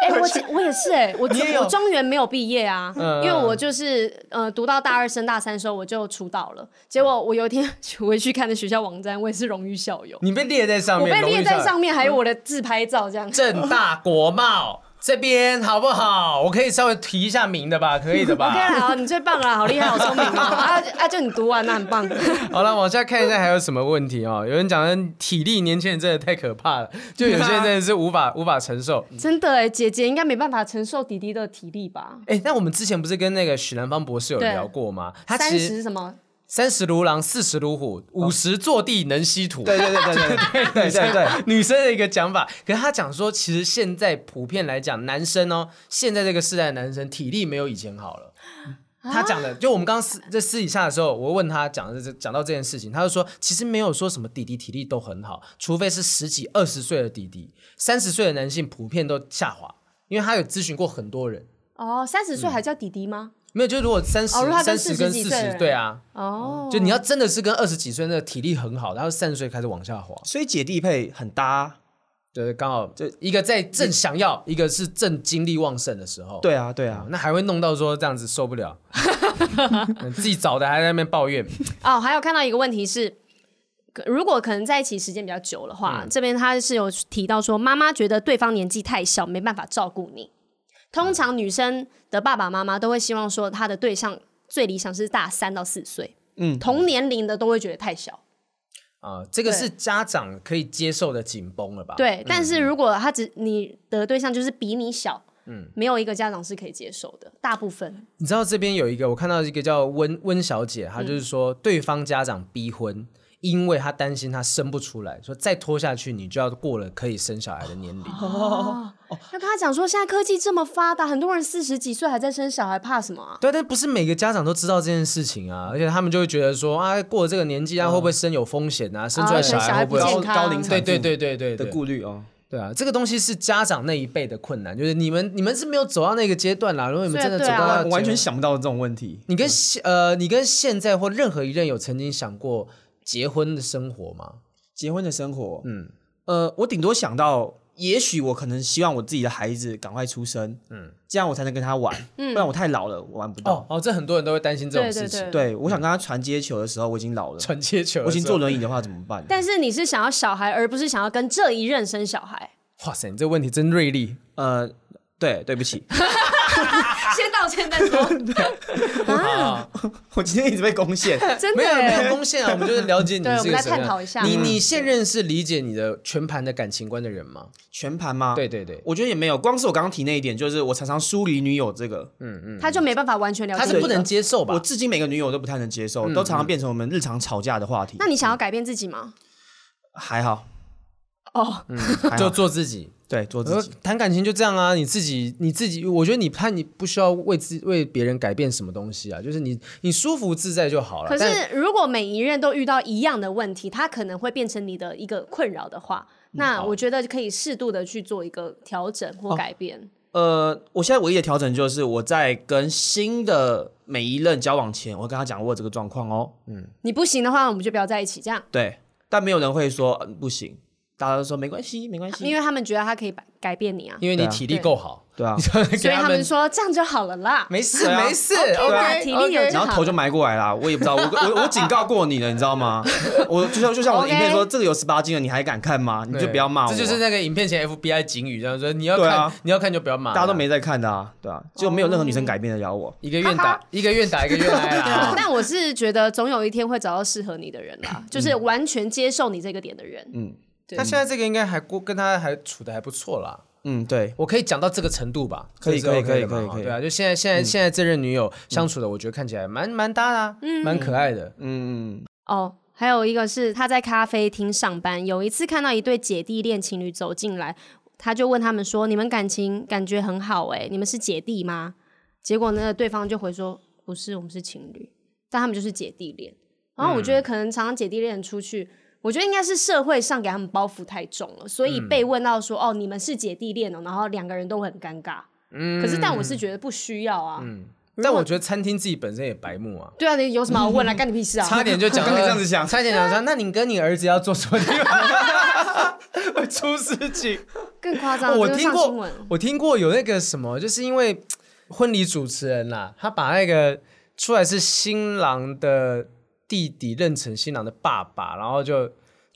[SPEAKER 1] 哎、 我姐我也是哎、我
[SPEAKER 3] 你也有
[SPEAKER 1] 我中原没有毕业啊，
[SPEAKER 3] 嗯
[SPEAKER 1] 因为我就是呃读到大二升大三的时候我就出道了，结果我有一天 回去看的学校网站，我也是荣誉校友，
[SPEAKER 3] 你被列在上
[SPEAKER 1] 我
[SPEAKER 3] 面，
[SPEAKER 1] 被列在上
[SPEAKER 3] 面。
[SPEAKER 1] 面，还有我的自拍照 这样。
[SPEAKER 3] 正大国贸这边好不好？我可以稍微提一下名 的吧，可以的
[SPEAKER 1] OK
[SPEAKER 3] 吧？
[SPEAKER 1] 啦，好，你最棒了，好厉害，好聪 明哦啊啊！就你读完那很棒。
[SPEAKER 3] 好了，往下看一下还有什么问题哦。有人讲的体力，年轻人真的太可怕了，就有些人真的是 无法无法承受。
[SPEAKER 1] 真的哎，姐姐应该没办法承受弟弟的体力吧？
[SPEAKER 3] 哎、那我们之前不是跟那个许兰芳博士有聊过吗？他
[SPEAKER 1] 三
[SPEAKER 3] 其实
[SPEAKER 1] 十哦什么？
[SPEAKER 3] 三十如狼，四十如虎，五十坐地能吸 土。
[SPEAKER 2] 对对对对对对对 对对，
[SPEAKER 3] 女生的一个讲法。可是他讲说，其实现在普遍来讲，男生哦，现在这个世代的男生体力没有以前好了。他讲
[SPEAKER 1] 啊
[SPEAKER 3] 的，就我们刚刚私在私底下的时候，我问他讲的这讲到这件事情，他就说，其实没有说什么弟弟体力都很好，除非是十几二十岁的弟弟，三十岁的男性普遍都下滑，因为他有咨询过很多人，
[SPEAKER 1] 哦，三十岁还叫弟弟吗？
[SPEAKER 3] 没有，就如果三十
[SPEAKER 1] 哦如果他
[SPEAKER 3] 三
[SPEAKER 1] 跟
[SPEAKER 3] 十跟
[SPEAKER 1] 40几
[SPEAKER 3] 四
[SPEAKER 1] 岁的
[SPEAKER 3] 十，
[SPEAKER 1] 人
[SPEAKER 3] 对啊，
[SPEAKER 1] 哦，
[SPEAKER 3] 就你要真的是跟二十几岁那个体力很好，然后三十岁开始往下滑，
[SPEAKER 2] 所以姐弟配很搭。
[SPEAKER 3] 对，刚好就一个在正想要，一个是正精力旺盛的时候，
[SPEAKER 2] 对啊对
[SPEAKER 3] 啊
[SPEAKER 2] 啊，
[SPEAKER 3] 那还会弄到说这样子受不了，自己找的还在那边抱怨，
[SPEAKER 1] 哦，还有看到一个问题是，可如果可能在一起时间比较久的话，这边他是有提到说，妈妈觉得对方年纪太小，没办法照顾你。通常女生的爸爸妈妈都会希望说，她的对象最理想是大三到四岁，嗯，同年龄的都会觉得太小。
[SPEAKER 3] 啊、这个
[SPEAKER 1] 对
[SPEAKER 3] 是家长可以接受的紧绷了吧？，
[SPEAKER 1] 对，但是如果他只你的对象就是比你小，嗯，没有一个家长是可以接受的，大部分
[SPEAKER 3] 你知道这边有一个，我看到一个叫温温小姐，她就是说对方家长逼婚。因为她担心她生不出来，说再拖下去你就要过了可以生小孩的年龄。
[SPEAKER 1] 要跟他讲说，现在科技这么发达，很多人四十几岁还在生小孩，怕什么啊？
[SPEAKER 3] 对，但不是每个家长都知道这件事情啊，而且他们就会觉得说啊，过了这个年纪啊，会不会生有风险啊？生出来
[SPEAKER 1] 啊
[SPEAKER 3] 小
[SPEAKER 1] 小
[SPEAKER 3] 孩
[SPEAKER 1] 孩
[SPEAKER 3] 会不会
[SPEAKER 1] 不健
[SPEAKER 2] 高
[SPEAKER 1] 康
[SPEAKER 2] 高龄产
[SPEAKER 3] 对
[SPEAKER 2] 妇
[SPEAKER 3] 对对对对
[SPEAKER 2] 的
[SPEAKER 3] 对，
[SPEAKER 2] 顾虑哦。
[SPEAKER 3] 对啊，这个东西是家长那一辈的困难，就是你们你们是没有走到那个阶段啦。如果你们真的走
[SPEAKER 1] 对啊
[SPEAKER 3] 到那
[SPEAKER 2] 啊
[SPEAKER 3] 个阶段、
[SPEAKER 2] 我完全想不到这种问题。
[SPEAKER 3] 你跟现呃你跟现在或任何一任有曾经想过结婚的生活吗？
[SPEAKER 2] 结婚的生活，嗯，呃，我顶多想到也许我可能希望我自己的孩子赶快出生，嗯，这样我才能跟他玩，不然我太老了，我玩不到。
[SPEAKER 3] 哦哦，这很多人都会担心这种
[SPEAKER 1] 对对
[SPEAKER 3] 事情
[SPEAKER 1] 对。
[SPEAKER 2] 对，我想跟他传接球的时候，我已经老了，
[SPEAKER 3] 传接球的时候，
[SPEAKER 2] 我已经坐轮椅的话怎么办？
[SPEAKER 1] 但是你是想要小孩，而不是想要跟这一任生小孩。
[SPEAKER 3] 哇塞，你这问题真锐利。
[SPEAKER 2] 呃，对，对不起，
[SPEAKER 1] 先道歉 再说，
[SPEAKER 3] 啊，
[SPEAKER 2] 我今天一直被 攻陷。
[SPEAKER 1] 真的
[SPEAKER 3] 没有
[SPEAKER 1] 耶
[SPEAKER 3] 没有攻陷啊，我们就是了解 你
[SPEAKER 1] 对
[SPEAKER 3] 是
[SPEAKER 1] 我
[SPEAKER 3] 个
[SPEAKER 1] 们来
[SPEAKER 3] 什么样
[SPEAKER 1] 探讨一下
[SPEAKER 2] 嗯
[SPEAKER 3] 你你现任是理解你的全盘的感情观的人吗？
[SPEAKER 2] 全盘吗？
[SPEAKER 3] 对，对对，
[SPEAKER 2] 我觉得也没有，光是我刚刚提那一点，就是我常常疏离女友这个，
[SPEAKER 1] 他就没办法完全了解
[SPEAKER 3] 嗯他
[SPEAKER 1] 你
[SPEAKER 3] 是
[SPEAKER 1] 了
[SPEAKER 3] 不能。接受
[SPEAKER 2] 我
[SPEAKER 3] 吧？
[SPEAKER 2] 至今每个女友都不太能接受，都常常变成我们日常吵架的话题。
[SPEAKER 1] 那你想要改变自己吗？
[SPEAKER 2] 还好，
[SPEAKER 1] 哦，
[SPEAKER 3] 嗯
[SPEAKER 2] 还
[SPEAKER 3] 就
[SPEAKER 2] 好，
[SPEAKER 3] 做自己。
[SPEAKER 2] 对，做
[SPEAKER 3] 呃
[SPEAKER 2] 自己。
[SPEAKER 3] 谈感情就这样啊，你自己你自己，我觉得你怕你不需要为自为别人改变什么东西啊，就是你你舒服自在就好了。
[SPEAKER 1] 可
[SPEAKER 3] 但
[SPEAKER 1] 是如果每一任都遇到一样的问题，他可能会变成你的一个困扰的话，
[SPEAKER 3] 嗯
[SPEAKER 1] 那我觉得可以适度的去做一个调整
[SPEAKER 3] 哦
[SPEAKER 1] 或改变。
[SPEAKER 2] 呃，我现在唯一的调整就是我在跟新的每一任交往前，我跟他讲我有这个状况哦，
[SPEAKER 1] 你不行的话，我们就不要在一起，这样，
[SPEAKER 2] 对，但没有人会说、嗯不行，大家都说没关系，没关 系，
[SPEAKER 1] 因为他们觉得他可以改改变你啊，
[SPEAKER 3] 因为你体力够好，
[SPEAKER 2] 对啊
[SPEAKER 3] 你，就 给
[SPEAKER 1] 所以
[SPEAKER 3] 他
[SPEAKER 1] 他们说这样就好了啦。
[SPEAKER 3] 没事
[SPEAKER 2] 对啊
[SPEAKER 3] 没事
[SPEAKER 1] OK 啦
[SPEAKER 3] ，OK，
[SPEAKER 1] 体力有
[SPEAKER 3] OK
[SPEAKER 1] 就
[SPEAKER 2] 然
[SPEAKER 1] 好
[SPEAKER 2] 后头就埋过来啦，我也不知道，我 我我警告过你了，你知道 吗？我就像就像我的影片说
[SPEAKER 1] OK
[SPEAKER 2] 这个有十八禁了，你还敢看吗？你就不要骂我，啊
[SPEAKER 3] 这就是那个影片前 FBI 警语这样说，你要
[SPEAKER 2] 对
[SPEAKER 3] 看、
[SPEAKER 2] 啊
[SPEAKER 3] 你要看就不要骂，
[SPEAKER 2] 大家都没在看的啊，对啊，就没有任何女生改变得了我。
[SPEAKER 3] 一个愿打一个愿打一个愿挨啊啦。
[SPEAKER 1] 但我是觉得总有一天会找到适合你的人啦，就是完全接受你这个点的人。对啊
[SPEAKER 3] 他现在这个应该还过，跟他还处的还不错啦。
[SPEAKER 2] 嗯，对，
[SPEAKER 3] 我可以讲到这个程度吧？
[SPEAKER 2] 可以
[SPEAKER 3] 这个是
[SPEAKER 2] 可以
[SPEAKER 3] OK 的
[SPEAKER 2] 可以可
[SPEAKER 3] 嘛
[SPEAKER 2] 以可以
[SPEAKER 3] 对啊，就现在现在现在这任女友相处的，我觉得看起来蛮蛮搭的啊，蛮可爱的。
[SPEAKER 2] 嗯，
[SPEAKER 1] 哦，还有一个是他在咖啡厅上班，有一次看到一对姐弟恋情侣走进来，他就问他们说：“你们感情感觉很好哎、你们是姐弟吗？”结果呢，对方就回说：“不是，我们是情侣。”但他们就是姐弟恋。然后我觉
[SPEAKER 3] 嗯
[SPEAKER 1] 得可能常常姐弟恋出去。我觉得应该是社会上给他们包袱太重了，所以
[SPEAKER 3] 嗯
[SPEAKER 1] 被问到说、哦，你们是姐弟恋哦，然后两个人都会很尴尬。可是但我
[SPEAKER 3] 嗯
[SPEAKER 1] 是觉得不需要啊。
[SPEAKER 3] 但我觉得餐厅自己本身也白 目啊，
[SPEAKER 1] 对啊，你有什么好问啊？干你屁事啊！
[SPEAKER 3] 差点就讲
[SPEAKER 2] 我刚才
[SPEAKER 3] 到
[SPEAKER 2] 这样子想
[SPEAKER 3] 差点讲说，那你跟你儿子要做什么地方？啊会出事 情。
[SPEAKER 1] 更夸张，
[SPEAKER 3] 哦我
[SPEAKER 1] 这个
[SPEAKER 3] 听
[SPEAKER 1] 上新
[SPEAKER 3] 过
[SPEAKER 1] 闻，
[SPEAKER 3] 我听过有那个什么，就是因为婚礼主持人啦、他把那个出来是新郎的弟弟认成新郎的爸爸，然后就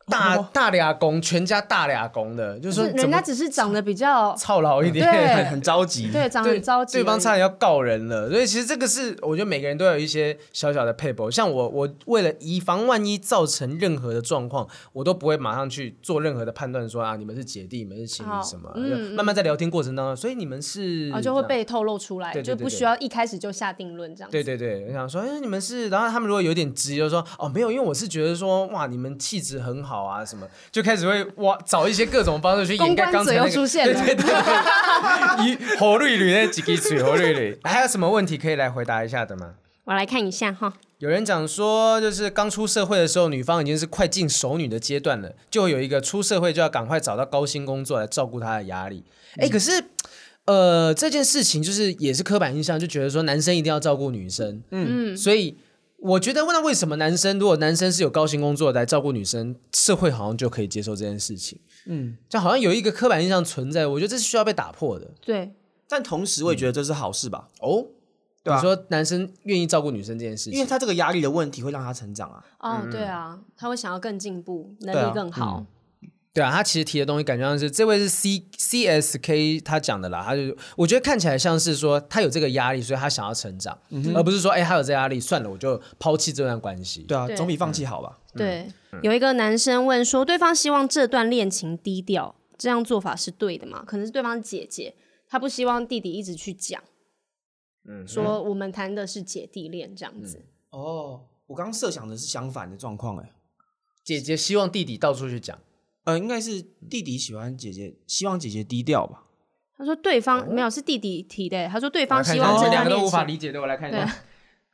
[SPEAKER 3] 大、大俩公，全家大俩公的，就
[SPEAKER 1] 就
[SPEAKER 3] 说
[SPEAKER 1] 是人
[SPEAKER 3] 怎
[SPEAKER 1] 家
[SPEAKER 3] 么
[SPEAKER 1] 只是长得比较
[SPEAKER 3] 操劳一点，
[SPEAKER 1] 对
[SPEAKER 2] 很着急。
[SPEAKER 1] 对，长得
[SPEAKER 3] 对
[SPEAKER 1] 很着急而已，
[SPEAKER 3] 对方差点要告人了，所以其实这个是我觉得每个人都有一些小小的配博。像我，我为了以防万一造成任何的状况，我都不会马上去做任何的判断，说啊你们是姐弟，你们是情侣
[SPEAKER 1] 好
[SPEAKER 3] 什么，
[SPEAKER 1] 嗯
[SPEAKER 3] 就
[SPEAKER 1] 嗯
[SPEAKER 3] 慢慢在聊天过程当中，所以你们是
[SPEAKER 1] 哦就会
[SPEAKER 3] 这样。
[SPEAKER 1] 被透露出来，
[SPEAKER 3] 对对对
[SPEAKER 1] 就不需要一开始就下定论这样子。
[SPEAKER 3] 对对对，我想说，哎，你们是，然后他们如果有点急，就说，哦，没有，因为我是觉得说，哇，你们气质很好啊，什么，就开始会哇，找一些各种方式去掩盖
[SPEAKER 1] 公关
[SPEAKER 3] 刚才、那个、
[SPEAKER 1] 嘴又出现了
[SPEAKER 3] 对对对对，一 侯绿绿那几个嘴，侯绿绿，还有什么问题可以来回答一下的吗？
[SPEAKER 1] 我来看一下哈，
[SPEAKER 3] 有人讲说，就是刚出社会的时候，女方已经是快进熟女的阶段了，就会有一个出社会就要赶快找到高薪工作来照顾她的压力。哎、
[SPEAKER 2] 嗯
[SPEAKER 3] 可是，呃，这件事情就是也是刻板印象，就觉得说男生一定要照顾女生，嗯，所以我觉得问到为什么男生，如果男生是有高薪工作来照顾女生，社会好像就可以接受这件事情，嗯，就好像有一个刻板印象存在，我觉得这是需要被打破的
[SPEAKER 1] 对，
[SPEAKER 2] 但同时，我也觉得这是好事吧，
[SPEAKER 3] 哦。
[SPEAKER 2] 对啊
[SPEAKER 3] 你说男生愿意照顾女生这件事
[SPEAKER 2] 因为
[SPEAKER 3] 情，
[SPEAKER 2] 他这个压力的问题会让他成长啊。
[SPEAKER 1] 哦，
[SPEAKER 3] 嗯
[SPEAKER 1] 对啊，他会想要更进步，能
[SPEAKER 2] 对啊
[SPEAKER 1] 力更好。
[SPEAKER 3] 对啊，他其实提的东西感觉像是这位是 C C S K 他讲的啦，他就我觉得看起来像是说他有这个压力，所以他想要成长，而不是说哎、他有这压力，算了我就抛弃这段关系。
[SPEAKER 2] 对啊，
[SPEAKER 1] 对
[SPEAKER 2] 总比放弃好
[SPEAKER 3] 嗯
[SPEAKER 2] 吧？
[SPEAKER 1] 对，有一个男生问说，对方希望这段恋情低调，这样做法是对的吗？可能是对方姐姐，他不希望弟弟一直去讲，
[SPEAKER 3] 嗯
[SPEAKER 1] 说我们谈的是姐弟恋这样子。
[SPEAKER 2] 哦，我刚刚设想的是相反的状况，哎，
[SPEAKER 3] 姐姐希望弟弟到处去讲，
[SPEAKER 2] 呃，应该是弟弟喜欢姐姐，希望姐姐低调吧。
[SPEAKER 1] 他说对方、没有是弟弟提的，欸他说对方
[SPEAKER 3] 哦我来看
[SPEAKER 1] 希
[SPEAKER 3] 一下
[SPEAKER 1] 望
[SPEAKER 3] 哦
[SPEAKER 1] 这段
[SPEAKER 3] 两个都
[SPEAKER 1] 恋
[SPEAKER 3] 无法
[SPEAKER 1] 情
[SPEAKER 3] 理解的，我来看一
[SPEAKER 1] 对啊
[SPEAKER 3] 下。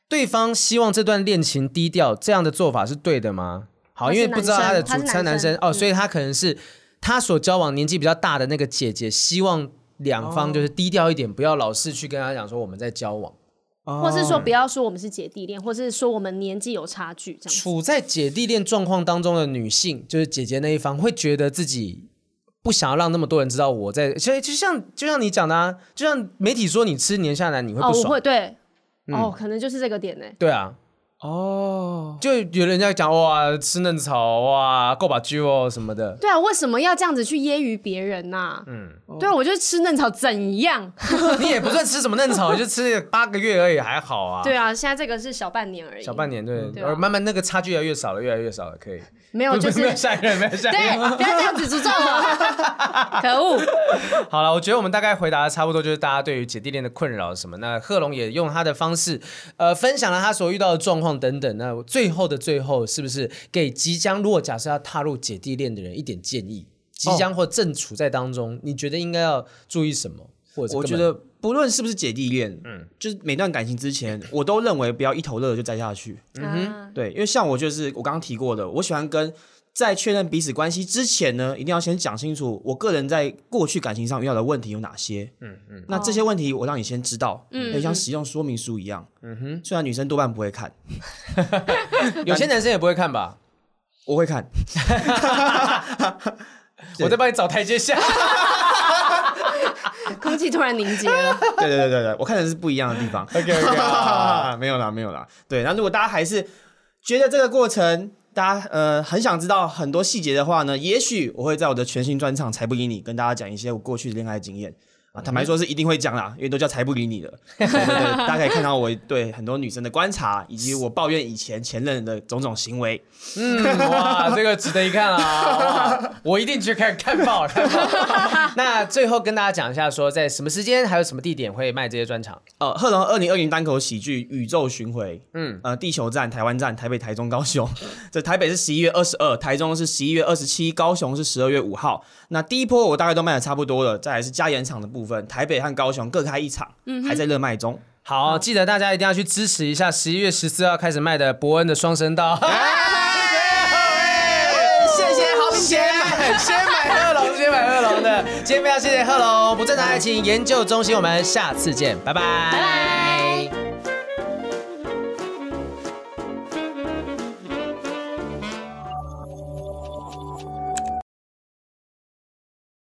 [SPEAKER 3] 对方希望这段恋情低调，这样的做法是对的吗？好，
[SPEAKER 1] 他是
[SPEAKER 3] 因为不知道他的
[SPEAKER 1] 男生
[SPEAKER 3] 主
[SPEAKER 1] 他是
[SPEAKER 3] 餐男
[SPEAKER 1] 男生嗯
[SPEAKER 3] 生哦，所以他可能是他所交往年纪比较大的那个姐姐，希望两方就是低调一点，不要老是去跟他讲说我们在交往。
[SPEAKER 1] 哦或是
[SPEAKER 3] 哦
[SPEAKER 1] 说不要说我们是姐弟恋，或是说我们年纪有差距这样子。
[SPEAKER 3] 处在姐弟恋状况当中的女性，就是姐姐那一方，会觉得自己不想要让那么多人知道我在，其实就像就像你讲的，啊，就像媒体说你吃年下男你会
[SPEAKER 1] 哦，
[SPEAKER 3] 不
[SPEAKER 1] 我
[SPEAKER 3] 爽，嗯
[SPEAKER 1] 会对，哦，可能就是这个点呢。
[SPEAKER 3] 对啊，
[SPEAKER 2] 哦，
[SPEAKER 3] 就有人在讲哇吃嫩草哇够把鸡哦什么的，
[SPEAKER 1] 对啊，为什么要这样子去揶揄别人呐？嗯，对啊，我就是吃嫩草怎 样？
[SPEAKER 3] 你也不算吃什么嫩草，你就吃八个月而已，还好啊。
[SPEAKER 1] 对啊，现在这个是小半年而已，
[SPEAKER 3] 小半年，对，
[SPEAKER 1] 对啊
[SPEAKER 3] 而慢慢那个差距越来越少了，越来越少了，可以。
[SPEAKER 1] 没有，就
[SPEAKER 3] 没
[SPEAKER 1] 是
[SPEAKER 3] 有下一任，没有下一
[SPEAKER 1] 对，
[SPEAKER 3] 任。
[SPEAKER 1] 不要这样子诅咒我， 可恶！
[SPEAKER 3] 好了，我觉得我们大概回答的差不多，就是大家对于姐弟恋的困扰是什么。那贺龙也用他的方式，呃，分享了他所遇到的状况等等。那最后的最后，是不是给即将如果假设要踏入姐弟恋的人一点建议？即将或正处在当中，你觉得应该要注意什么？或者是
[SPEAKER 2] 我觉
[SPEAKER 3] 根本
[SPEAKER 2] 得不论是不是姐弟恋，嗯，就是每段感情之前，我都认为不要一头热就栽下去。
[SPEAKER 3] 嗯
[SPEAKER 1] 啊
[SPEAKER 2] 对，因为像我就是我刚刚提过的，我喜欢跟在确认彼此关系之前呢，一定要先讲清楚我个人在过去感情上遇到的问题有哪些。嗯嗯，那这些问题我让你先知道，嗯，像使用说明书一样。嗯哼，虽然女生多半不会看，
[SPEAKER 3] 有些男生也不会看吧？
[SPEAKER 2] 我会看。
[SPEAKER 3] 我在帮你找台阶 下。
[SPEAKER 1] 啊空气突然凝结了，
[SPEAKER 2] 对对对对对，我看的是不一样的地 方。
[SPEAKER 3] OK OK，
[SPEAKER 2] 啊，没有啦，没有啦。对，那如果大家还是觉得这个过程，大家呃很想知道很多细节的话呢，也许我会在我的全新专场《才不理你》跟大家讲一些我过去的恋爱经验。啊，坦白说是一定会讲啦，因为都叫才不理你了。对对对，大家可以看到我对很多女生的观察，以及我抱怨以前前任的种种行为。
[SPEAKER 3] 嗯，哇，这个值得一看啊！哇我一定去看看报。看报 那最后跟大家讲一下说在什么时间还有什么地点会卖这些专场？
[SPEAKER 2] 呃，贺龙二零二零单口喜剧宇宙巡回，嗯，呃，地球站、台湾站、台北、台中、高雄，这台北是十一月二十二，台中是十一月二十七，高雄是十二月五号。那第一波我大概都卖的差不多了，再来是加演场的部分，台北和高雄各开一场，还在热卖中。
[SPEAKER 3] 好，记得大家一定要去支持一下十一月十四号开始卖的伯恩的双声道。
[SPEAKER 2] 谢谢好敏
[SPEAKER 3] 先买先买贺龙，先买贺龙的。今天非常谢谢贺龙不正常爱情研究中心，我们下次见，拜拜，拜拜。